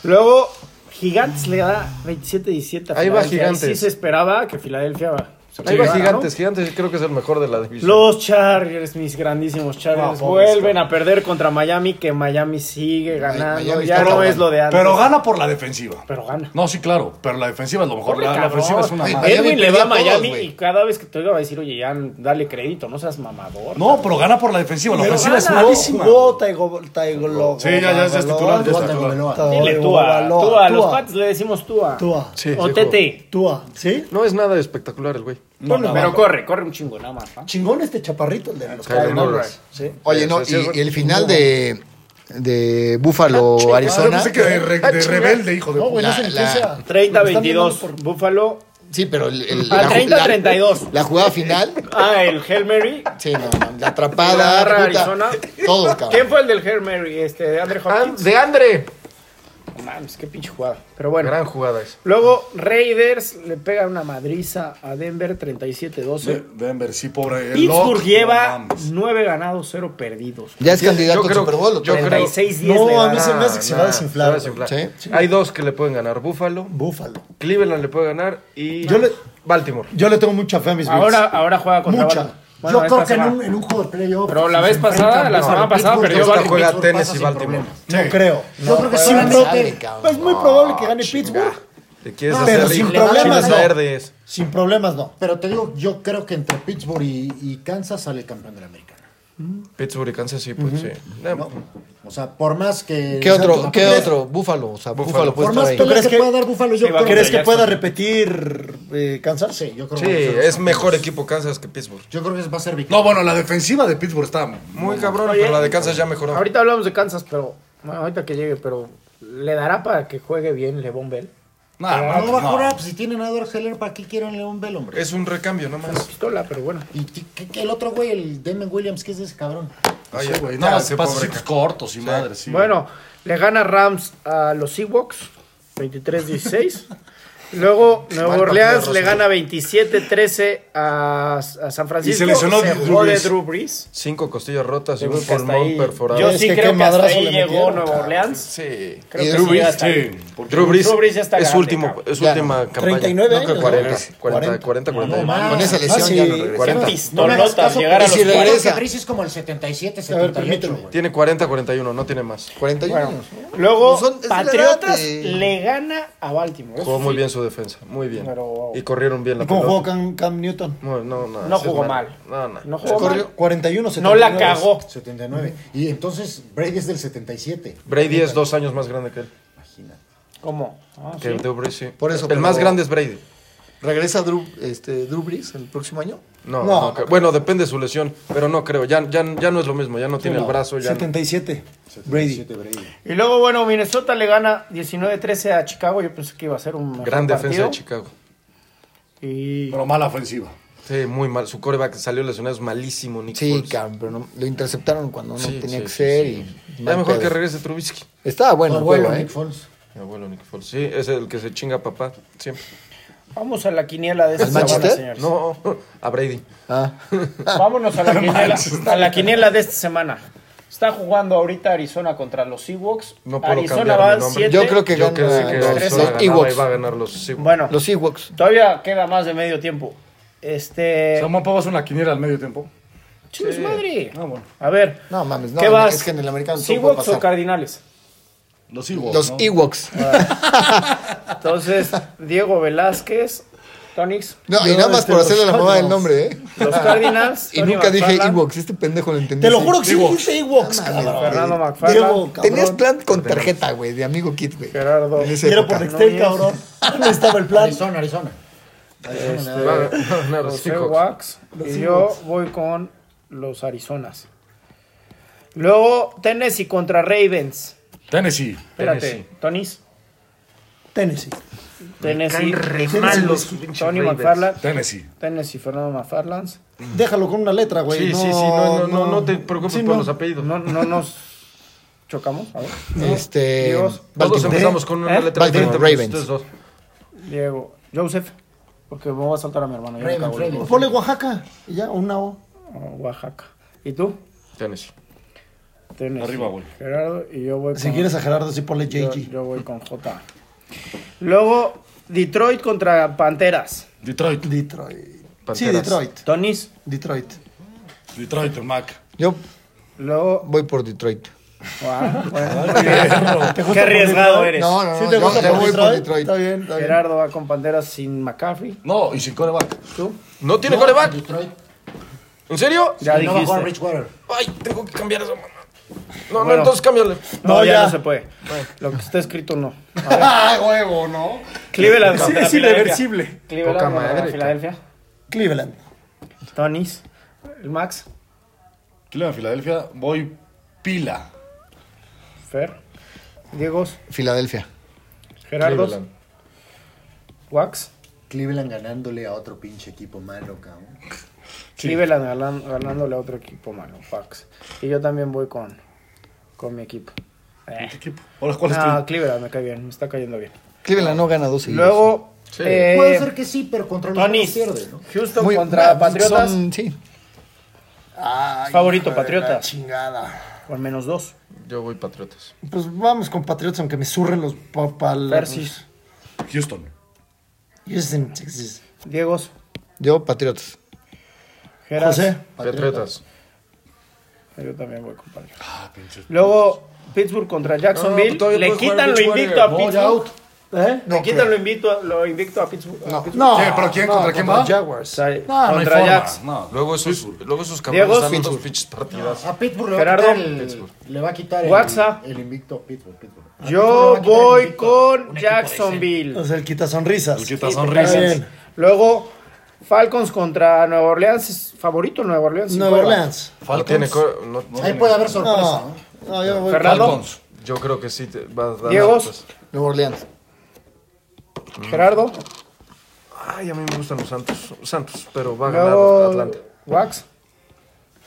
[SPEAKER 2] Luego, Gigantes le da 27-17 a
[SPEAKER 6] Ahí va
[SPEAKER 2] Filadelfia.
[SPEAKER 6] Gigantes.
[SPEAKER 2] Sí se esperaba que Filadelfia va. se lo
[SPEAKER 6] Ahí va
[SPEAKER 2] llevara,
[SPEAKER 6] Gigantes. Gigantes creo que es el mejor de la
[SPEAKER 2] ¿no?
[SPEAKER 6] división.
[SPEAKER 2] Los Chargers, mis grandísimos Chargers,
[SPEAKER 1] Vamos,
[SPEAKER 2] vuelven a perder contra Miami, que Miami sigue ganando.
[SPEAKER 7] Miami
[SPEAKER 2] ya
[SPEAKER 7] está
[SPEAKER 2] no
[SPEAKER 7] cabrón.
[SPEAKER 2] es lo de antes.
[SPEAKER 5] Pero gana por la defensiva.
[SPEAKER 2] Pero gana.
[SPEAKER 5] No, sí, claro. Pero la defensiva es lo mejor.
[SPEAKER 2] Pobre
[SPEAKER 5] La, la
[SPEAKER 2] cabrón.
[SPEAKER 5] ofensiva es una
[SPEAKER 7] Ay,
[SPEAKER 5] madre.
[SPEAKER 7] Miami
[SPEAKER 2] Edwin le
[SPEAKER 7] perdió
[SPEAKER 2] va a
[SPEAKER 7] a todos,
[SPEAKER 2] Miami
[SPEAKER 7] güey.
[SPEAKER 2] y cada vez que te oiga va a decir, oye, ya dale crédito, no seas mamador.
[SPEAKER 5] No, pero gana por la defensiva. La
[SPEAKER 2] Pero
[SPEAKER 5] ofensiva es
[SPEAKER 2] gana.
[SPEAKER 5] malísima.
[SPEAKER 1] ah, Jugó Taigo, Taigo
[SPEAKER 5] Sí, ya, ya, ya es titular, ya es titular.
[SPEAKER 2] Dile tú a, tú a los Pats le decimos tú a.
[SPEAKER 1] Tua.
[SPEAKER 6] Sí, sí,
[SPEAKER 2] o
[SPEAKER 6] juego.
[SPEAKER 2] Tete.
[SPEAKER 1] Tua. ¿Sí?
[SPEAKER 6] No es nada espectacular el güey.
[SPEAKER 2] Bueno, pero corre, corre un chingo nada más. ¿no?
[SPEAKER 1] Chingón este chaparrito, el de los
[SPEAKER 6] Kyler
[SPEAKER 1] Cowboys.
[SPEAKER 6] Murray.
[SPEAKER 1] Sí.
[SPEAKER 7] Oye, no,
[SPEAKER 6] Sí, sí,
[SPEAKER 7] y,
[SPEAKER 6] sí.
[SPEAKER 7] y el final de, de Buffalo,
[SPEAKER 5] Ah, yo
[SPEAKER 7] Arizona.
[SPEAKER 5] pensé que de, re- de rebelde, hijo de
[SPEAKER 1] No, güey, no se
[SPEAKER 7] La-
[SPEAKER 1] empieza. Lo
[SPEAKER 2] 30-22,
[SPEAKER 1] están llamando
[SPEAKER 2] Buffalo. Ah,
[SPEAKER 7] Sí, pero el, el-
[SPEAKER 2] A
[SPEAKER 7] ju-
[SPEAKER 2] 30-32.
[SPEAKER 7] La, jugada final.
[SPEAKER 2] Ah, el Hail Mary.
[SPEAKER 7] Sí, no, no, la
[SPEAKER 2] La
[SPEAKER 7] atrapada.
[SPEAKER 2] agarra
[SPEAKER 7] puta,
[SPEAKER 2] Arizona.
[SPEAKER 7] Todo, cabrón.
[SPEAKER 2] ¿Quién fue el del Hail Mary? Este, de Andre
[SPEAKER 7] Ah,
[SPEAKER 2] Hopkins.
[SPEAKER 6] de Andre.
[SPEAKER 2] No Mames, qué pinche jugada. Pero bueno.
[SPEAKER 6] Gran jugada esa.
[SPEAKER 2] Luego Raiders le pega una madriza a Denver 37-12.
[SPEAKER 5] Denver, sí, pobre. El
[SPEAKER 2] Pittsburgh
[SPEAKER 5] Locke,
[SPEAKER 2] lleva
[SPEAKER 5] no mames.
[SPEAKER 2] 9 ganados, 0 perdidos.
[SPEAKER 7] Ya es candidato
[SPEAKER 6] Yo
[SPEAKER 7] al
[SPEAKER 6] creo-
[SPEAKER 7] Super Bowl. ¿o
[SPEAKER 6] yo
[SPEAKER 7] qué?
[SPEAKER 6] creo-
[SPEAKER 2] 36-10
[SPEAKER 1] No,
[SPEAKER 2] le
[SPEAKER 1] a
[SPEAKER 2] gana.
[SPEAKER 1] mí se me hace que
[SPEAKER 2] Ah,
[SPEAKER 1] se va a desinflar,
[SPEAKER 6] se va a desinflar.
[SPEAKER 7] Sí.
[SPEAKER 6] Hay dos que le pueden ganar. Buffalo.
[SPEAKER 1] Búfalo.
[SPEAKER 6] Cleveland le puede ganar. Y
[SPEAKER 1] Yo le-
[SPEAKER 6] Baltimore.
[SPEAKER 1] Yo le tengo mucha fe a mis
[SPEAKER 2] Ahora,
[SPEAKER 1] Bills.
[SPEAKER 2] ahora juega contra
[SPEAKER 1] Mucha.
[SPEAKER 2] Baltimore. Bueno,
[SPEAKER 4] Yo
[SPEAKER 2] esta
[SPEAKER 4] creo que en
[SPEAKER 2] semana.
[SPEAKER 4] un, en un juego de playoff.
[SPEAKER 2] Pero la
[SPEAKER 4] si
[SPEAKER 2] vez
[SPEAKER 4] se
[SPEAKER 2] pasada,
[SPEAKER 4] enfrentan-
[SPEAKER 2] la
[SPEAKER 4] no,
[SPEAKER 2] semana
[SPEAKER 4] Pittsburgh
[SPEAKER 2] pasada perdió
[SPEAKER 4] está
[SPEAKER 6] Esta
[SPEAKER 2] Baltimore.
[SPEAKER 6] juega
[SPEAKER 4] pasa
[SPEAKER 6] Tennessee
[SPEAKER 4] sin
[SPEAKER 6] Baltimore.
[SPEAKER 4] problema.
[SPEAKER 1] No creo.
[SPEAKER 4] Yo creo que sí van a
[SPEAKER 1] creo
[SPEAKER 7] sale,
[SPEAKER 1] que-
[SPEAKER 7] cabrón.
[SPEAKER 1] Es Pues muy probable que gane Pittsburgh.
[SPEAKER 6] Te quieres
[SPEAKER 1] No,
[SPEAKER 6] hacer
[SPEAKER 1] Ah, pero
[SPEAKER 6] rico.
[SPEAKER 1] sin problemas,
[SPEAKER 6] Chiles
[SPEAKER 1] no.
[SPEAKER 6] verdes.
[SPEAKER 1] Sin problemas, no.
[SPEAKER 4] Pero te digo, yo creo que entre Pittsburgh y, y Kansas sale el campeón de la americana.
[SPEAKER 6] Pittsburgh y Kansas, sí, pues sí. Eh,
[SPEAKER 4] O sea, por más que.
[SPEAKER 7] ¿Qué otro?
[SPEAKER 4] Exacto.
[SPEAKER 7] ¿Qué otro? Búfalo. O sea, Búfalo,
[SPEAKER 6] Búfalo.
[SPEAKER 7] puede
[SPEAKER 4] Por
[SPEAKER 7] estar
[SPEAKER 4] más
[SPEAKER 7] ahí.
[SPEAKER 4] peleas
[SPEAKER 1] crees
[SPEAKER 4] que,
[SPEAKER 1] que-
[SPEAKER 4] pueda dar Búfalo, yo
[SPEAKER 2] Sí, va a
[SPEAKER 4] creo
[SPEAKER 1] ¿Crees
[SPEAKER 4] que.
[SPEAKER 1] que pueda repetir eh, Kansas?
[SPEAKER 4] Sí, yo creo
[SPEAKER 6] Sí,
[SPEAKER 4] que.
[SPEAKER 6] es mejor equipo Kansas que Pittsburgh.
[SPEAKER 4] Yo creo que va a ser victoria.
[SPEAKER 5] No, bueno, la defensiva de Pittsburgh está. Ah,
[SPEAKER 6] Muy cabrón, pero la de Kansas ya mejoró.
[SPEAKER 2] Ahorita hablamos de Kansas, pero. bueno, ahorita que llegue, pero. ¿Le dará para que juegue bien Levon Bell?
[SPEAKER 5] Nah,
[SPEAKER 4] Ah, No, va a
[SPEAKER 5] no.
[SPEAKER 4] jugar, pues, si tienen a Edward Heller, ¿para qué quieren a León Bell, hombre?
[SPEAKER 6] Es un recambio, nomás.
[SPEAKER 2] Pistola, pero bueno.
[SPEAKER 4] Y t- que- que el otro güey, el Damon Williams, ¿qué es ese cabrón?
[SPEAKER 6] Ay,
[SPEAKER 5] Sí, güey,
[SPEAKER 6] ya,
[SPEAKER 5] nada,
[SPEAKER 6] qué
[SPEAKER 5] se pasa
[SPEAKER 6] pobre
[SPEAKER 5] así
[SPEAKER 6] ca-
[SPEAKER 5] cortos y madre, sí.
[SPEAKER 2] Bueno, le gana Rams a los Seahawks, 23-16. Luego Nueva
[SPEAKER 6] partido
[SPEAKER 2] Orleans
[SPEAKER 6] de
[SPEAKER 2] le
[SPEAKER 6] Rosario.
[SPEAKER 2] gana 27-13 a, a San Francisco.
[SPEAKER 5] lesionó
[SPEAKER 2] se
[SPEAKER 5] Drew
[SPEAKER 2] jode
[SPEAKER 5] Brees.
[SPEAKER 2] Drew Brees.
[SPEAKER 6] Cinco costillas rotas y
[SPEAKER 2] Yo
[SPEAKER 6] un
[SPEAKER 2] creo que hasta ahí-
[SPEAKER 6] pulmón perforado.
[SPEAKER 2] Yo
[SPEAKER 1] Es
[SPEAKER 2] sí
[SPEAKER 1] que
[SPEAKER 2] creo
[SPEAKER 1] qué
[SPEAKER 2] que hasta
[SPEAKER 1] madrazo
[SPEAKER 2] ahí
[SPEAKER 1] le
[SPEAKER 2] llegó
[SPEAKER 1] metieron,
[SPEAKER 2] Nueva Orleans.
[SPEAKER 6] Sí.
[SPEAKER 2] Creo
[SPEAKER 7] Y
[SPEAKER 2] que
[SPEAKER 7] Drew
[SPEAKER 2] sí,
[SPEAKER 7] Brees,
[SPEAKER 2] hasta ahí.
[SPEAKER 5] Sí, porque
[SPEAKER 6] Drew Brees,
[SPEAKER 2] Drew Brees ya está
[SPEAKER 6] es su
[SPEAKER 2] grande,
[SPEAKER 6] última,
[SPEAKER 2] cabrón.
[SPEAKER 6] es su
[SPEAKER 7] Ya.
[SPEAKER 6] última campaña.
[SPEAKER 1] 39
[SPEAKER 6] no, que
[SPEAKER 1] años,
[SPEAKER 6] 40,
[SPEAKER 1] ¿no?
[SPEAKER 6] 40, 40,
[SPEAKER 4] No,
[SPEAKER 6] 41.
[SPEAKER 4] más.
[SPEAKER 7] Con esa lesión
[SPEAKER 1] Ah, sí.
[SPEAKER 7] ya no
[SPEAKER 6] Qué
[SPEAKER 7] regresa.
[SPEAKER 6] 40.
[SPEAKER 4] No me hagas
[SPEAKER 2] Pistolotas
[SPEAKER 4] caso,
[SPEAKER 2] llegar a los
[SPEAKER 7] y si
[SPEAKER 4] Yo creo
[SPEAKER 2] cuartos.
[SPEAKER 7] regresa.
[SPEAKER 4] que Brice es como el 77,
[SPEAKER 1] A ver,
[SPEAKER 4] 78,
[SPEAKER 1] permíteme.
[SPEAKER 4] güey.
[SPEAKER 6] Tiene 40, 41, no tiene más.
[SPEAKER 7] 41
[SPEAKER 2] Bueno,
[SPEAKER 7] años.
[SPEAKER 2] luego
[SPEAKER 7] Son- es de la edad
[SPEAKER 2] Patriotas
[SPEAKER 7] de-
[SPEAKER 2] le gana a Baltimore.
[SPEAKER 6] Jugó
[SPEAKER 2] Eso
[SPEAKER 6] muy
[SPEAKER 2] sí,
[SPEAKER 6] bien su defensa, muy bien.
[SPEAKER 2] Pero-
[SPEAKER 6] Y corrieron bien la
[SPEAKER 1] ¿Cómo jugó
[SPEAKER 6] pelota.
[SPEAKER 1] Cam, Cam Newton?
[SPEAKER 6] No, no, no,
[SPEAKER 2] No
[SPEAKER 6] ese es
[SPEAKER 2] jugó
[SPEAKER 6] malo.
[SPEAKER 2] mal.
[SPEAKER 6] No, no.
[SPEAKER 2] No jugó mal.
[SPEAKER 1] 41
[SPEAKER 2] No la
[SPEAKER 1] 79.
[SPEAKER 2] cagó.
[SPEAKER 4] 79. Y entonces Brady es del 77.
[SPEAKER 6] Brady es dos años más grande que él.
[SPEAKER 4] Imagínate.
[SPEAKER 2] ¿Cómo? Ah, sí.
[SPEAKER 6] Que el Drew Brees, sí.
[SPEAKER 7] Por eso,
[SPEAKER 6] el
[SPEAKER 7] pero-
[SPEAKER 6] más grande es Brady.
[SPEAKER 7] ¿Regresa Drew, este, Drew Brees el próximo año?
[SPEAKER 6] No,
[SPEAKER 1] No.
[SPEAKER 6] no creo. bueno, depende de su lesión, pero no creo. Ya, ya, ya no es lo mismo, ya no tiene el brazo. Ya no.
[SPEAKER 1] 77. Brady.
[SPEAKER 2] Y luego, bueno, Minnesota le gana 19-13 a Chicago. Yo pensé que iba a ser un mejor
[SPEAKER 6] Gran defensa
[SPEAKER 2] partido.
[SPEAKER 6] de Chicago.
[SPEAKER 2] Y
[SPEAKER 5] Pero mala ofensiva.
[SPEAKER 6] Sí, muy mal. Su coreback salió lesionado, es malísimo, Nick
[SPEAKER 7] Sí,
[SPEAKER 6] Foles.
[SPEAKER 7] cabrón, pero no- lo interceptaron cuando no
[SPEAKER 6] Sí,
[SPEAKER 7] tenía
[SPEAKER 6] sí,
[SPEAKER 7] que
[SPEAKER 6] sí,
[SPEAKER 7] ser.
[SPEAKER 6] sí.
[SPEAKER 7] y-
[SPEAKER 6] Ya mejor
[SPEAKER 7] pedo.
[SPEAKER 6] que regrese Trubisky.
[SPEAKER 7] Estaba bueno el
[SPEAKER 4] Abuelo
[SPEAKER 7] juego, ¿eh?
[SPEAKER 4] Nick Foles.
[SPEAKER 6] Mi abuelo Nick Foles. Sí, es el que se chinga a papá siempre.
[SPEAKER 2] vamos a la quiniela de esta semana,
[SPEAKER 7] Manchester?
[SPEAKER 2] señores.
[SPEAKER 6] No, a Brady.
[SPEAKER 7] Ah.
[SPEAKER 2] Vámonos a la, quiniela, a la quiniela de esta semana. Está jugando ahorita Arizona contra los Seahawks.
[SPEAKER 6] No puedo
[SPEAKER 2] Arizona
[SPEAKER 6] cambiar
[SPEAKER 2] va
[SPEAKER 6] mi nombre.
[SPEAKER 2] 7.
[SPEAKER 7] Yo creo que
[SPEAKER 6] Yo
[SPEAKER 7] gana
[SPEAKER 6] creo que
[SPEAKER 7] los,
[SPEAKER 2] tres,
[SPEAKER 6] Arizona
[SPEAKER 7] los
[SPEAKER 6] ganaba y
[SPEAKER 7] Ewoks.
[SPEAKER 6] va a ganar los Seahawks.
[SPEAKER 2] Bueno,
[SPEAKER 7] Los Ewoks.
[SPEAKER 2] todavía queda más de medio tiempo. Este.
[SPEAKER 5] Samuel Pavas una quiniela al medio tiempo.
[SPEAKER 2] Chingues madre.
[SPEAKER 5] Ah, bueno.
[SPEAKER 2] A ver.
[SPEAKER 7] No mames, no.
[SPEAKER 2] ¿Qué vas?
[SPEAKER 7] Es que en el americano todo puede
[SPEAKER 2] ¿Seahawks o
[SPEAKER 7] pasar.
[SPEAKER 2] Cardinales?
[SPEAKER 5] Los sigo.
[SPEAKER 7] Los
[SPEAKER 5] ¿no?
[SPEAKER 7] Ewoks.
[SPEAKER 2] Entonces, Diego Velázquez, Tonix,
[SPEAKER 7] No, y nada más por hacerle la mamá del nombre, ¿eh?
[SPEAKER 2] los Cardinals.
[SPEAKER 7] Y
[SPEAKER 2] Tony
[SPEAKER 7] nunca dije
[SPEAKER 2] Mazzarra,
[SPEAKER 7] Ewoks. Este pendejo lo entendí.
[SPEAKER 1] Te lo
[SPEAKER 7] sí.
[SPEAKER 1] juro que sí dijiste
[SPEAKER 2] Ah,
[SPEAKER 1] Ewoks,
[SPEAKER 7] Mames,
[SPEAKER 1] cabrón.
[SPEAKER 2] Fernando
[SPEAKER 7] güey.
[SPEAKER 2] McFarland.
[SPEAKER 7] Tenías plan con tarjeta, güey, de amigo Kit, güey.
[SPEAKER 2] Gerardo.
[SPEAKER 7] En esa
[SPEAKER 1] Quiero
[SPEAKER 7] época.
[SPEAKER 1] por Nextel, cabrón. No estaba el plan.
[SPEAKER 4] Arizona, Arizona. Arizona,
[SPEAKER 6] Va a
[SPEAKER 4] eh,
[SPEAKER 6] ganar los
[SPEAKER 2] José
[SPEAKER 6] Seahawks.
[SPEAKER 2] Wax. Y yo voy con los Arizonas. Luego, Tennessee contra Ravens.
[SPEAKER 5] Tennessee.
[SPEAKER 2] Espérate,
[SPEAKER 6] Tennessee.
[SPEAKER 2] Tonis.
[SPEAKER 1] Tennessee.
[SPEAKER 2] Tennessee. Tony
[SPEAKER 6] Ravens.
[SPEAKER 2] McFarland.
[SPEAKER 5] Tennessee.
[SPEAKER 2] Tennessee, Fernando McFarland.
[SPEAKER 1] Déjalo con una letra, güey.
[SPEAKER 6] Sí, sí, sí, no, no, no, no te preocupes
[SPEAKER 1] Sí,
[SPEAKER 6] por
[SPEAKER 1] no.
[SPEAKER 6] los apellidos.
[SPEAKER 2] No, no nos chocamos. A ver.
[SPEAKER 7] Este.
[SPEAKER 2] Dios.
[SPEAKER 6] Todos
[SPEAKER 7] Baltimore.
[SPEAKER 6] empezamos con una
[SPEAKER 2] ¿Eh?
[SPEAKER 6] letra diferente.
[SPEAKER 7] Baltimore
[SPEAKER 6] pero
[SPEAKER 7] Ravens.
[SPEAKER 6] ustedes dos.
[SPEAKER 2] Diego. Joseph. Porque me voy a saltar a mi hermano. yo me cago en
[SPEAKER 4] Ravens,
[SPEAKER 1] Ponle Oaxaca. Y ya, una O.
[SPEAKER 2] Oh, Oaxaca. ¿Y tú?
[SPEAKER 6] Tennessee.
[SPEAKER 2] Tennessee.
[SPEAKER 5] Arriba, güey.
[SPEAKER 2] Gerardo. Y yo voy con...
[SPEAKER 1] Si quieres a Gerardo, sí ponle
[SPEAKER 2] yo,
[SPEAKER 1] JG.
[SPEAKER 2] yo voy con J. Luego, Detroit contra Panteras.
[SPEAKER 5] Detroit.
[SPEAKER 1] Detroit. Sí,
[SPEAKER 6] Panteras.
[SPEAKER 1] Detroit.
[SPEAKER 2] Tonis.
[SPEAKER 1] Detroit.
[SPEAKER 5] Detroit, el Mac.
[SPEAKER 7] Yo
[SPEAKER 2] Luego...
[SPEAKER 7] voy por Detroit.
[SPEAKER 2] Ah, bueno, muy bien. Qué arriesgado eres.
[SPEAKER 7] No, no, no.
[SPEAKER 1] ¿Sí te
[SPEAKER 7] yo-
[SPEAKER 1] gusta
[SPEAKER 7] yo
[SPEAKER 1] por
[SPEAKER 7] voy por
[SPEAKER 1] Detroit?
[SPEAKER 7] Detroit.
[SPEAKER 1] Está bien, está bien.
[SPEAKER 2] Gerardo va con Panteras sin McCaffrey.
[SPEAKER 5] No, y sin coreback.
[SPEAKER 6] ¿No tiene coreback?
[SPEAKER 4] Detroit.
[SPEAKER 6] ¿En serio?
[SPEAKER 2] Ya
[SPEAKER 4] Y no va a jugar
[SPEAKER 2] dijiste.
[SPEAKER 4] Bridgewater.
[SPEAKER 6] Ay, tengo que cambiar eso, mamá. No, no,
[SPEAKER 2] Bueno.
[SPEAKER 6] entonces cámbiale.
[SPEAKER 2] No,
[SPEAKER 1] No,
[SPEAKER 2] ya,
[SPEAKER 1] ya.
[SPEAKER 2] no se puede. Lo que está escrito no.
[SPEAKER 1] ¡Ah, huevo, no!
[SPEAKER 2] Cleveland.
[SPEAKER 1] Sí,
[SPEAKER 2] contra
[SPEAKER 1] es
[SPEAKER 2] Filadelfia.
[SPEAKER 1] irreversible.
[SPEAKER 2] Cleveland
[SPEAKER 6] Poca
[SPEAKER 2] contra
[SPEAKER 6] madre,
[SPEAKER 2] Filadelfia.
[SPEAKER 1] Cleveland.
[SPEAKER 2] Tonis. El Max.
[SPEAKER 5] Cleveland, Filadelfia. Voy pila.
[SPEAKER 2] Fer. Diegos.
[SPEAKER 7] Filadelfia.
[SPEAKER 2] Gerardo.
[SPEAKER 6] Cleveland.
[SPEAKER 2] Wax.
[SPEAKER 4] Cleveland ganándole a otro pinche equipo malo, cabrón.
[SPEAKER 2] Cleveland ganan- ganándole a otro equipo malo. Wax. Y yo también voy con, con mi equipo. Eh.
[SPEAKER 5] ¿Qué equipo? Ahora, ¿cuál es
[SPEAKER 2] No,
[SPEAKER 5] tu?
[SPEAKER 2] Cleveland me cae bien. Me está cayendo bien.
[SPEAKER 7] Cleveland no gana dos seguidos.
[SPEAKER 2] Luego. eh,
[SPEAKER 4] Puede ser que sí, pero contra los
[SPEAKER 2] Tonis.
[SPEAKER 4] Rams pierde, ¿no?
[SPEAKER 2] Houston
[SPEAKER 7] Muy-
[SPEAKER 2] contra
[SPEAKER 7] son-
[SPEAKER 2] Patriotas.
[SPEAKER 7] sí.
[SPEAKER 2] Favorito, Patriotas.
[SPEAKER 1] Chingada.
[SPEAKER 2] Con menos dos.
[SPEAKER 6] Yo voy Patriotas.
[SPEAKER 1] Pues vamos con Patriots, aunque me surren los papalas.
[SPEAKER 2] Versus.
[SPEAKER 5] Houston.
[SPEAKER 1] Houston, Texas.
[SPEAKER 2] Diegos.
[SPEAKER 7] Yo, Patriotas.
[SPEAKER 2] Geras.
[SPEAKER 1] José.
[SPEAKER 6] Patriotas.
[SPEAKER 2] Yo también voy, compadre.
[SPEAKER 5] Ah, pinche.
[SPEAKER 2] Luego, Pittsburgh contra Jacksonville.
[SPEAKER 6] todavía
[SPEAKER 2] Le
[SPEAKER 6] puede jugar
[SPEAKER 2] quitan lo
[SPEAKER 6] Bridgewater.
[SPEAKER 2] invicto a
[SPEAKER 5] No, ya
[SPEAKER 2] Pittsburgh.
[SPEAKER 5] out.
[SPEAKER 1] ¿Eh?
[SPEAKER 2] Me quitan lo, invito a- lo invicto a Pittsburgh. a Pittsburgh.
[SPEAKER 1] No.
[SPEAKER 5] ¿Quién? ¿Pero quién?
[SPEAKER 1] no,
[SPEAKER 5] ¿Contra quién va?
[SPEAKER 1] los Jaguars. ahí,
[SPEAKER 5] No, no hay
[SPEAKER 2] contra
[SPEAKER 5] forma.
[SPEAKER 2] Jax.
[SPEAKER 5] No.
[SPEAKER 8] Luego esos, luego esos
[SPEAKER 2] Diego,
[SPEAKER 8] cabrones dan
[SPEAKER 2] Pittsburgh.
[SPEAKER 8] dos pinches partidas.
[SPEAKER 4] A Pittsburgh le va a
[SPEAKER 2] Gerardo.
[SPEAKER 4] quitar el, le va a quitar el,
[SPEAKER 2] Guaxa.
[SPEAKER 4] el invicto a Pittsburgh. Pittsburgh. A Pittsburgh le va
[SPEAKER 2] Yo
[SPEAKER 4] a quitar el
[SPEAKER 2] voy
[SPEAKER 4] invicto.
[SPEAKER 2] con
[SPEAKER 4] Un equipo
[SPEAKER 2] Jacksonville.
[SPEAKER 1] O sea, el quita sonrisas.
[SPEAKER 5] El quita
[SPEAKER 1] Está
[SPEAKER 5] sonrisas.
[SPEAKER 1] bien.
[SPEAKER 2] Luego, Falcons contra Nueva Orleans. Es favorito Nueva Orleans. sin
[SPEAKER 1] Nueva
[SPEAKER 2] hueva.
[SPEAKER 1] Orleans.
[SPEAKER 6] No tiene cor- no-
[SPEAKER 4] decente. Ahí puede haber sorpresa.
[SPEAKER 1] No,
[SPEAKER 4] ¿eh?
[SPEAKER 1] no, yo me voy.
[SPEAKER 2] Fernando.
[SPEAKER 5] Falcons.
[SPEAKER 6] Yo creo que sí te va a dar.
[SPEAKER 2] Diego.
[SPEAKER 6] sorpresa.
[SPEAKER 7] Nueva Orleans.
[SPEAKER 2] Gerardo.
[SPEAKER 6] Ay, a mí me gustan los Santos. Santos, pero va a ganar
[SPEAKER 2] Luego,
[SPEAKER 6] Atlanta.
[SPEAKER 2] Wax.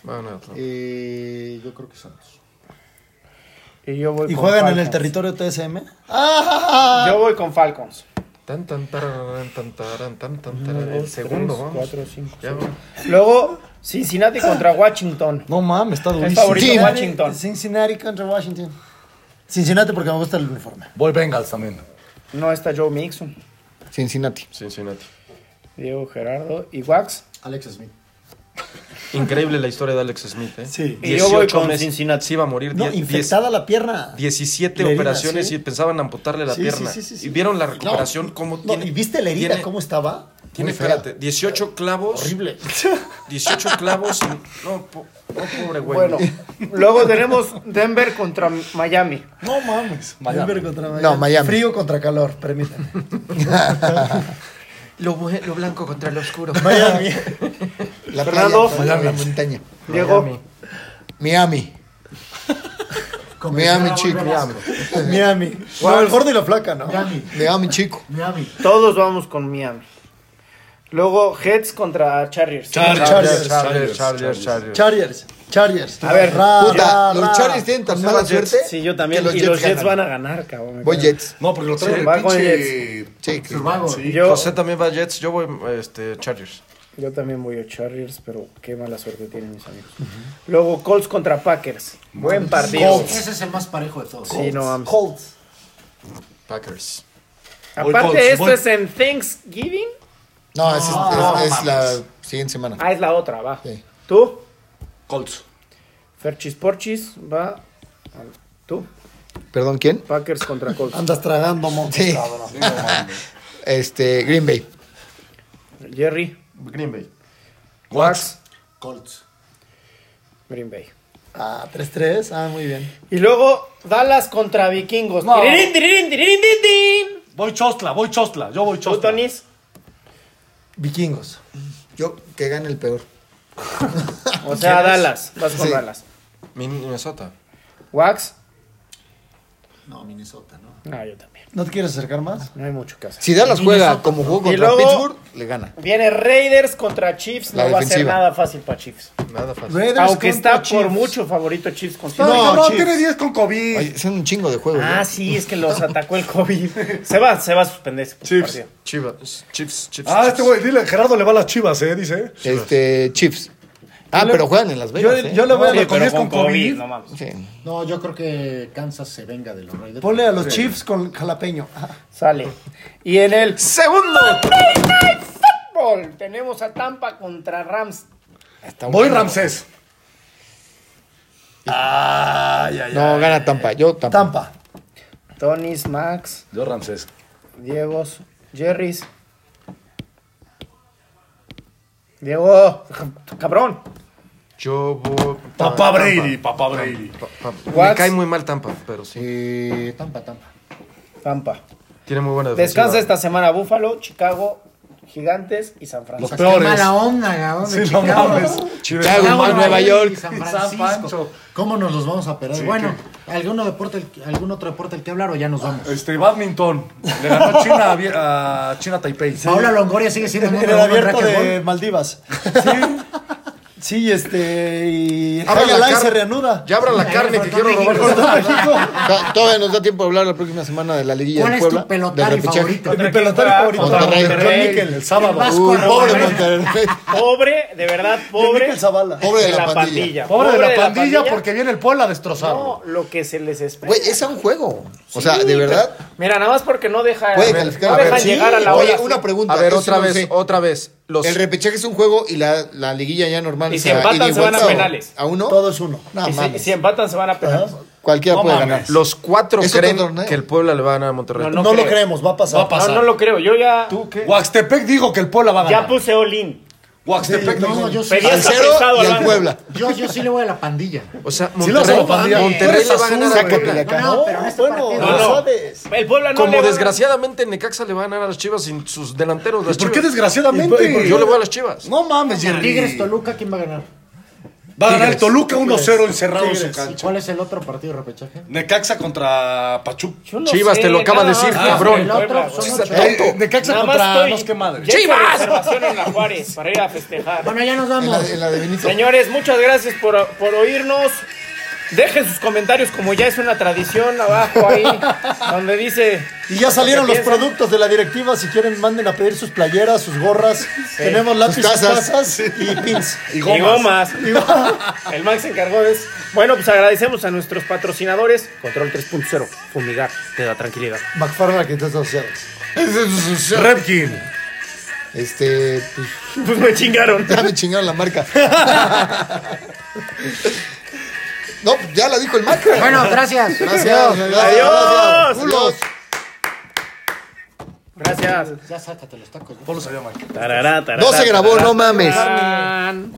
[SPEAKER 6] Va a ganar Atlanta.
[SPEAKER 4] Eh, yo creo que Santos.
[SPEAKER 2] Y yo voy
[SPEAKER 1] ¿Y
[SPEAKER 2] con
[SPEAKER 1] juegan en el
[SPEAKER 2] Falcons.
[SPEAKER 1] territorio TSM?
[SPEAKER 2] Yo voy con Falcons.
[SPEAKER 6] Tan, tan, tararán, tan, tararán, tan, tan, tararán. El segundo, vamos. Ya, vamos.
[SPEAKER 2] Luego, Cincinnati
[SPEAKER 1] Ah.
[SPEAKER 2] contra Washington.
[SPEAKER 1] No mames, está durísimo.
[SPEAKER 2] favorito
[SPEAKER 1] Cincinnati-
[SPEAKER 2] Washington.
[SPEAKER 1] Cincinnati contra Washington. Cincinnati porque me gusta el uniforme.
[SPEAKER 5] Voy Bengals también.
[SPEAKER 2] No está Joe Mixon.
[SPEAKER 7] Cincinnati.
[SPEAKER 6] Cincinnati.
[SPEAKER 2] Diego Gerardo y Wax.
[SPEAKER 4] Alex Smith.
[SPEAKER 6] Increíble la historia de Alex Smith, ¿eh?
[SPEAKER 1] Sí.
[SPEAKER 2] Y yo voy
[SPEAKER 6] 18
[SPEAKER 2] con
[SPEAKER 6] meses.
[SPEAKER 2] Cincinnati.
[SPEAKER 6] Sí, iba a morir.
[SPEAKER 1] No,
[SPEAKER 6] Die-
[SPEAKER 1] infectada la pierna.
[SPEAKER 6] diez- 17
[SPEAKER 1] La herida,
[SPEAKER 6] operaciones
[SPEAKER 1] sí.
[SPEAKER 6] y pensaban amputarle la
[SPEAKER 1] Sí, sí,
[SPEAKER 6] pierna.
[SPEAKER 1] sí, sí, sí.
[SPEAKER 6] Y vieron la recuperación, cómo
[SPEAKER 1] No,
[SPEAKER 6] tiene.
[SPEAKER 1] ¿Y viste la herida
[SPEAKER 6] tiene-
[SPEAKER 1] cómo estaba?
[SPEAKER 6] Tiene, espérate, 18 clavos.
[SPEAKER 1] Horrible.
[SPEAKER 6] 18 clavos. y- no, po- no, pobre güey.
[SPEAKER 2] Bueno, luego tenemos Denver contra Miami.
[SPEAKER 1] No mames.
[SPEAKER 5] Miami.
[SPEAKER 1] Denver contra Miami.
[SPEAKER 7] No, Miami.
[SPEAKER 1] Frío contra calor, permítame.
[SPEAKER 6] Lo, bue- lo blanco contra lo oscuro.
[SPEAKER 1] Miami.
[SPEAKER 7] La
[SPEAKER 2] Fernando.
[SPEAKER 7] playa, la- la montaña.
[SPEAKER 2] Diego,
[SPEAKER 7] Miami. Miami, chico.
[SPEAKER 1] Miami. No, el gordo y la flaca, ¿no?
[SPEAKER 4] Miami.
[SPEAKER 7] Miami, chico.
[SPEAKER 4] Miami.
[SPEAKER 2] todos vamos con Miami. Luego Heads contra Chargers.
[SPEAKER 1] Chargers.
[SPEAKER 6] Chargers, Chargers, Chargers.
[SPEAKER 1] Chargers. Chargers.
[SPEAKER 2] A ver,
[SPEAKER 1] Ra,
[SPEAKER 7] Puta,
[SPEAKER 1] ra,
[SPEAKER 7] los
[SPEAKER 1] ra.
[SPEAKER 7] Chargers tienen tan
[SPEAKER 6] Pues se
[SPEAKER 7] mala
[SPEAKER 6] va Jets.
[SPEAKER 7] suerte.
[SPEAKER 2] Sí, yo también.
[SPEAKER 7] que
[SPEAKER 2] y los Jets
[SPEAKER 7] ganan.
[SPEAKER 2] van a ganar, cabrón. me
[SPEAKER 7] Voy
[SPEAKER 2] cago.
[SPEAKER 7] Jets.
[SPEAKER 5] No, porque lo
[SPEAKER 2] Sí,
[SPEAKER 5] traen
[SPEAKER 2] va
[SPEAKER 5] el
[SPEAKER 2] con
[SPEAKER 5] pinche.
[SPEAKER 7] Sí, que-
[SPEAKER 4] Survival.
[SPEAKER 1] eh.
[SPEAKER 2] Yo,
[SPEAKER 6] José también va a Jets, yo voy este, Chargers.
[SPEAKER 2] yo también voy a Chargers, pero qué mala suerte tienen mis amigos. Luego Colts contra Packers. Buen partido.
[SPEAKER 4] Ese es el más parejo de todos.
[SPEAKER 2] Sí, no mames.
[SPEAKER 1] Colts.
[SPEAKER 6] Packers.
[SPEAKER 2] Aparte,
[SPEAKER 5] Colts,
[SPEAKER 2] esto
[SPEAKER 5] voy-
[SPEAKER 2] es en Thanksgiving.
[SPEAKER 7] No, es, es-
[SPEAKER 4] No,
[SPEAKER 7] es
[SPEAKER 4] mames.
[SPEAKER 7] la siguiente semana.
[SPEAKER 2] Ah, es la otra, va.
[SPEAKER 7] Sí.
[SPEAKER 2] ¿Tú?
[SPEAKER 5] Colts.
[SPEAKER 2] Ferchis Porchis va. ¿Tú?
[SPEAKER 7] ¿Perdón, quién?
[SPEAKER 2] Packers contra Colts.
[SPEAKER 1] Andas tragando, monstruo.
[SPEAKER 7] Sí. este, Green Bay.
[SPEAKER 2] Jerry,
[SPEAKER 6] Green Bay.
[SPEAKER 2] Wax,
[SPEAKER 4] Colts.
[SPEAKER 2] Green Bay.
[SPEAKER 1] Ah, 3-3. Ah, muy bien.
[SPEAKER 2] Y luego Dallas contra Vikingos.
[SPEAKER 5] No.
[SPEAKER 2] Tirirín, tirirín, tirirín, tin, tin.
[SPEAKER 5] Voy Chostla, voy Chostla. Yo voy
[SPEAKER 2] ¿Tú,
[SPEAKER 5] Chostla.
[SPEAKER 2] Tonis?
[SPEAKER 1] Vikingos.
[SPEAKER 7] Yo, que gane el peor.
[SPEAKER 2] O sea, Dallas. Vas con
[SPEAKER 7] Sí.
[SPEAKER 2] Dallas.
[SPEAKER 6] Minnesota.
[SPEAKER 2] Wax.
[SPEAKER 4] No, Minnesota, ¿no?
[SPEAKER 2] No, yo también.
[SPEAKER 1] ¿No te quieres acercar más?
[SPEAKER 2] No hay mucho que hacer.
[SPEAKER 7] Si Dallas juega como jugó
[SPEAKER 2] Y
[SPEAKER 7] contra
[SPEAKER 2] luego-
[SPEAKER 7] Pittsburgh, le gana.
[SPEAKER 2] Viene Raiders contra Chiefs.
[SPEAKER 7] La
[SPEAKER 2] no va a ser
[SPEAKER 7] defensiva.
[SPEAKER 2] nada fácil para Chiefs.
[SPEAKER 6] Nada fácil.
[SPEAKER 1] Raiders
[SPEAKER 2] Aunque
[SPEAKER 1] contra
[SPEAKER 2] está por
[SPEAKER 1] Chiefs.
[SPEAKER 2] mucho favorito Chiefs con
[SPEAKER 5] No,
[SPEAKER 2] Chiefs.
[SPEAKER 5] no,
[SPEAKER 1] Chiefs.
[SPEAKER 5] tiene 10 con COVID.
[SPEAKER 7] Oye, son un chingo de juegos.
[SPEAKER 2] Ah,
[SPEAKER 7] ¿no?
[SPEAKER 2] sí, es que los atacó el COVID. Se va, se va a suspender ese
[SPEAKER 5] Chiefs.
[SPEAKER 2] partido.
[SPEAKER 6] Chivas. Chiefs, Chiefs.
[SPEAKER 5] Ah, este güey, dile, Gerardo le va a las chivas, eh, dice.
[SPEAKER 7] Este, Chiefs. Ah, pero juegan en Las
[SPEAKER 1] Yo,
[SPEAKER 7] Vegas. ¿eh?
[SPEAKER 1] yo le voy a
[SPEAKER 2] Sí,
[SPEAKER 1] los
[SPEAKER 2] pero
[SPEAKER 1] Chiefs con COVID.
[SPEAKER 2] no mames.
[SPEAKER 7] Sí.
[SPEAKER 4] No, yo creo que Kansas se venga de los Raiders.
[SPEAKER 1] Ponle a los Chiefs con jalapeño. Ah,
[SPEAKER 2] Sale. Y en el
[SPEAKER 6] Segundo.
[SPEAKER 2] fútbol tenemos a Tampa contra Rams.
[SPEAKER 7] Está
[SPEAKER 5] Voy
[SPEAKER 7] bueno.
[SPEAKER 5] Ramsés.
[SPEAKER 7] No, gana Tampa. Yo Tampa.
[SPEAKER 1] Tampa.
[SPEAKER 2] Tonis, Max,
[SPEAKER 5] Yo Ramsés.
[SPEAKER 2] Diegos, Jerry's. Diego, cabrón.
[SPEAKER 6] Yo voy.
[SPEAKER 5] Papá Brady, papá Brady.
[SPEAKER 6] Pa- pa- Me
[SPEAKER 2] Wats.
[SPEAKER 6] cae muy mal Tampa, pero sí.
[SPEAKER 4] Eh, Tampa, Tampa.
[SPEAKER 2] Tampa.
[SPEAKER 6] Tiene muy buena defensiva.
[SPEAKER 2] Descansa esta semana Búfalo, Chicago, Gigantes y San
[SPEAKER 5] Los
[SPEAKER 2] Francisco.
[SPEAKER 4] Qué
[SPEAKER 5] peores.
[SPEAKER 4] mala onda, cabrón.
[SPEAKER 5] Sí, no mames.
[SPEAKER 7] Chicago, Nueva York.
[SPEAKER 4] San
[SPEAKER 5] San
[SPEAKER 4] Francisco.
[SPEAKER 5] Pancho.
[SPEAKER 4] ¿Cómo nos los vamos a perder? bueno, ¿alguno deporte, el- ¿algún otro deporte al que hablar o ya nos vamos?
[SPEAKER 5] Este, badminton. Le ganó China a Vie- a, China Taipei.
[SPEAKER 4] Paula Longoria sigue siendo
[SPEAKER 1] En
[SPEAKER 4] número
[SPEAKER 1] el
[SPEAKER 4] uno en
[SPEAKER 1] abierto de
[SPEAKER 4] racquetball.
[SPEAKER 1] Maldivas. Sí. Sí, este. Y el
[SPEAKER 6] Abra la
[SPEAKER 1] Line se
[SPEAKER 6] carne.
[SPEAKER 1] reanuda.
[SPEAKER 6] Ya abra la carne que quiero robar.
[SPEAKER 7] Ta- Todavía nos da tiempo de hablar la próxima semana de la liguilla
[SPEAKER 4] ¿Cuál
[SPEAKER 7] de
[SPEAKER 4] es
[SPEAKER 7] Puebla.
[SPEAKER 4] tu pelotari
[SPEAKER 7] del repechaje.
[SPEAKER 4] favorito?
[SPEAKER 1] Mi pelotero favorito.
[SPEAKER 2] Contra
[SPEAKER 1] Monterrey.
[SPEAKER 2] Monterrey.
[SPEAKER 1] Níquel.
[SPEAKER 5] El sábado.
[SPEAKER 4] Vasco
[SPEAKER 7] Uy,
[SPEAKER 4] Arroyo.
[SPEAKER 7] pobre Monterrey.
[SPEAKER 2] Pobre, de verdad, pobre.
[SPEAKER 1] Mikel Zavala.
[SPEAKER 7] Pobre de la pandilla.
[SPEAKER 5] Pobre, de la pandilla porque viene el pueblo a destrozarlo.
[SPEAKER 2] No, lo que se les espera.
[SPEAKER 7] Güey, es a un juego. O sea,
[SPEAKER 2] Sí,
[SPEAKER 7] de verdad,
[SPEAKER 2] pero- Mira, nada más porque no deja.
[SPEAKER 7] puede
[SPEAKER 2] no
[SPEAKER 7] calificar.
[SPEAKER 2] dejan
[SPEAKER 7] Sí.
[SPEAKER 2] llegar a la
[SPEAKER 7] Oye,
[SPEAKER 2] hora.
[SPEAKER 7] una pregunta.
[SPEAKER 6] A ver,
[SPEAKER 7] eso
[SPEAKER 6] otra
[SPEAKER 7] no
[SPEAKER 6] vez,
[SPEAKER 7] sé.
[SPEAKER 6] otra vez. Los
[SPEAKER 7] El repechaje es un juego y la, la liguilla ya normal.
[SPEAKER 2] Y
[SPEAKER 7] o
[SPEAKER 2] si
[SPEAKER 7] sea,
[SPEAKER 2] empatan,
[SPEAKER 7] ida y
[SPEAKER 2] se van a
[SPEAKER 7] vuelta, ¿o-
[SPEAKER 2] penales.
[SPEAKER 7] ¿A uno?
[SPEAKER 1] Todo es uno.
[SPEAKER 7] No,
[SPEAKER 2] Y si,
[SPEAKER 7] mames.
[SPEAKER 2] si empatan se van a pegar.
[SPEAKER 7] Cualquiera
[SPEAKER 1] No
[SPEAKER 7] puede
[SPEAKER 1] mames.
[SPEAKER 7] ganar.
[SPEAKER 6] Los cuatro
[SPEAKER 7] Es otro
[SPEAKER 6] creen
[SPEAKER 7] torneo.
[SPEAKER 6] que el Puebla le va a ganar a Monterrey.
[SPEAKER 2] No,
[SPEAKER 1] No, lo
[SPEAKER 2] creo.
[SPEAKER 1] creemos, va a pasar.
[SPEAKER 5] Va a pasar.
[SPEAKER 2] No, no lo creo. Yo ya,
[SPEAKER 5] ¿Tú qué?
[SPEAKER 1] Huaxtepec dijo que el Puebla va a
[SPEAKER 2] ya
[SPEAKER 1] ganar.
[SPEAKER 2] puse all-in.
[SPEAKER 5] Huaxtepec
[SPEAKER 4] No,
[SPEAKER 5] dijo.
[SPEAKER 4] yo sí.
[SPEAKER 2] Pedí
[SPEAKER 7] Al
[SPEAKER 2] hasta
[SPEAKER 7] cero
[SPEAKER 2] prestado
[SPEAKER 7] y
[SPEAKER 2] al
[SPEAKER 7] al
[SPEAKER 2] banco.
[SPEAKER 7] Puebla.
[SPEAKER 4] Yo, yo sí le voy a la pandilla.
[SPEAKER 6] O sea,
[SPEAKER 5] lo
[SPEAKER 6] Monterrey,
[SPEAKER 5] hacemos, pandilla.
[SPEAKER 6] Monterrey le va a ganar a
[SPEAKER 1] Sácate
[SPEAKER 6] Puebla.
[SPEAKER 1] de acá.
[SPEAKER 4] No, pero en este partido-
[SPEAKER 1] lo
[SPEAKER 2] No, no.
[SPEAKER 1] sabes.
[SPEAKER 2] El Puebla no le
[SPEAKER 6] Como
[SPEAKER 2] va a-
[SPEAKER 6] desgraciadamente Necaxa le va a ganar a las Chivas sin sus delanteros. Las
[SPEAKER 5] ¿Por qué
[SPEAKER 6] Chivas. pues,
[SPEAKER 5] desgraciadamente?
[SPEAKER 6] Yo le voy a las Chivas.
[SPEAKER 5] No mames, Jerry.
[SPEAKER 4] Tigres Toluca, ¿quién va a ganar?
[SPEAKER 5] Va a ganar el Toluca 1-0 encerrado en su
[SPEAKER 4] ¿Y
[SPEAKER 5] cancha.
[SPEAKER 4] cuál es el otro partido de repechaje?
[SPEAKER 5] Necaxa contra Pachuca.
[SPEAKER 2] Yo no
[SPEAKER 6] Chivas, te lo
[SPEAKER 2] nada
[SPEAKER 6] acaba de
[SPEAKER 2] más.
[SPEAKER 6] decir,
[SPEAKER 2] Ah,
[SPEAKER 6] cabrón.
[SPEAKER 2] el otro
[SPEAKER 4] son
[SPEAKER 2] son
[SPEAKER 4] ocho.
[SPEAKER 2] ocho.
[SPEAKER 5] Eh, eh, Necaxa
[SPEAKER 2] Nada más
[SPEAKER 5] contra
[SPEAKER 2] estoy-
[SPEAKER 5] no sé qué madre.
[SPEAKER 2] Ya hice
[SPEAKER 6] ¡Chivas!
[SPEAKER 2] reservación en la Juárez para ir a festejar.
[SPEAKER 4] Bueno, ya nos
[SPEAKER 7] En la,
[SPEAKER 4] vamos.
[SPEAKER 7] en la de Benito.
[SPEAKER 2] Señores, muchas gracias por, por oírnos. Dejen sus comentarios como ya es una tradición abajo ahí, donde dice
[SPEAKER 1] Y ya salieron los
[SPEAKER 2] ¿Qué piensan?
[SPEAKER 1] productos de la directiva. Si quieren, manden a pedir sus playeras, sus gorras. Tenemos lápices,
[SPEAKER 7] tazas.
[SPEAKER 1] tazas, y pins.
[SPEAKER 5] Y
[SPEAKER 2] Y
[SPEAKER 5] Goma.
[SPEAKER 2] gomas. El Max se encargó de eso. Bueno, pues agradecemos a nuestros patrocinadores. Control 3.0. Fumigar te da tranquilidad.
[SPEAKER 1] McFarland, Arquitectos Asociados.
[SPEAKER 5] Repkin.
[SPEAKER 7] Este, pues,
[SPEAKER 2] Pues me chingaron.
[SPEAKER 7] ya me chingaron la marca. no, ya la dijo el Mac.
[SPEAKER 4] Bueno, gracias.
[SPEAKER 7] Gracias.
[SPEAKER 2] Adiós.
[SPEAKER 7] Culos.
[SPEAKER 2] Gracias.
[SPEAKER 4] Ya sácate los tacos. ¿no?
[SPEAKER 5] Polo sabía mal.
[SPEAKER 2] Tarará, tarará,
[SPEAKER 7] No se grabó,
[SPEAKER 2] tarará.
[SPEAKER 7] no mames.
[SPEAKER 2] Tan.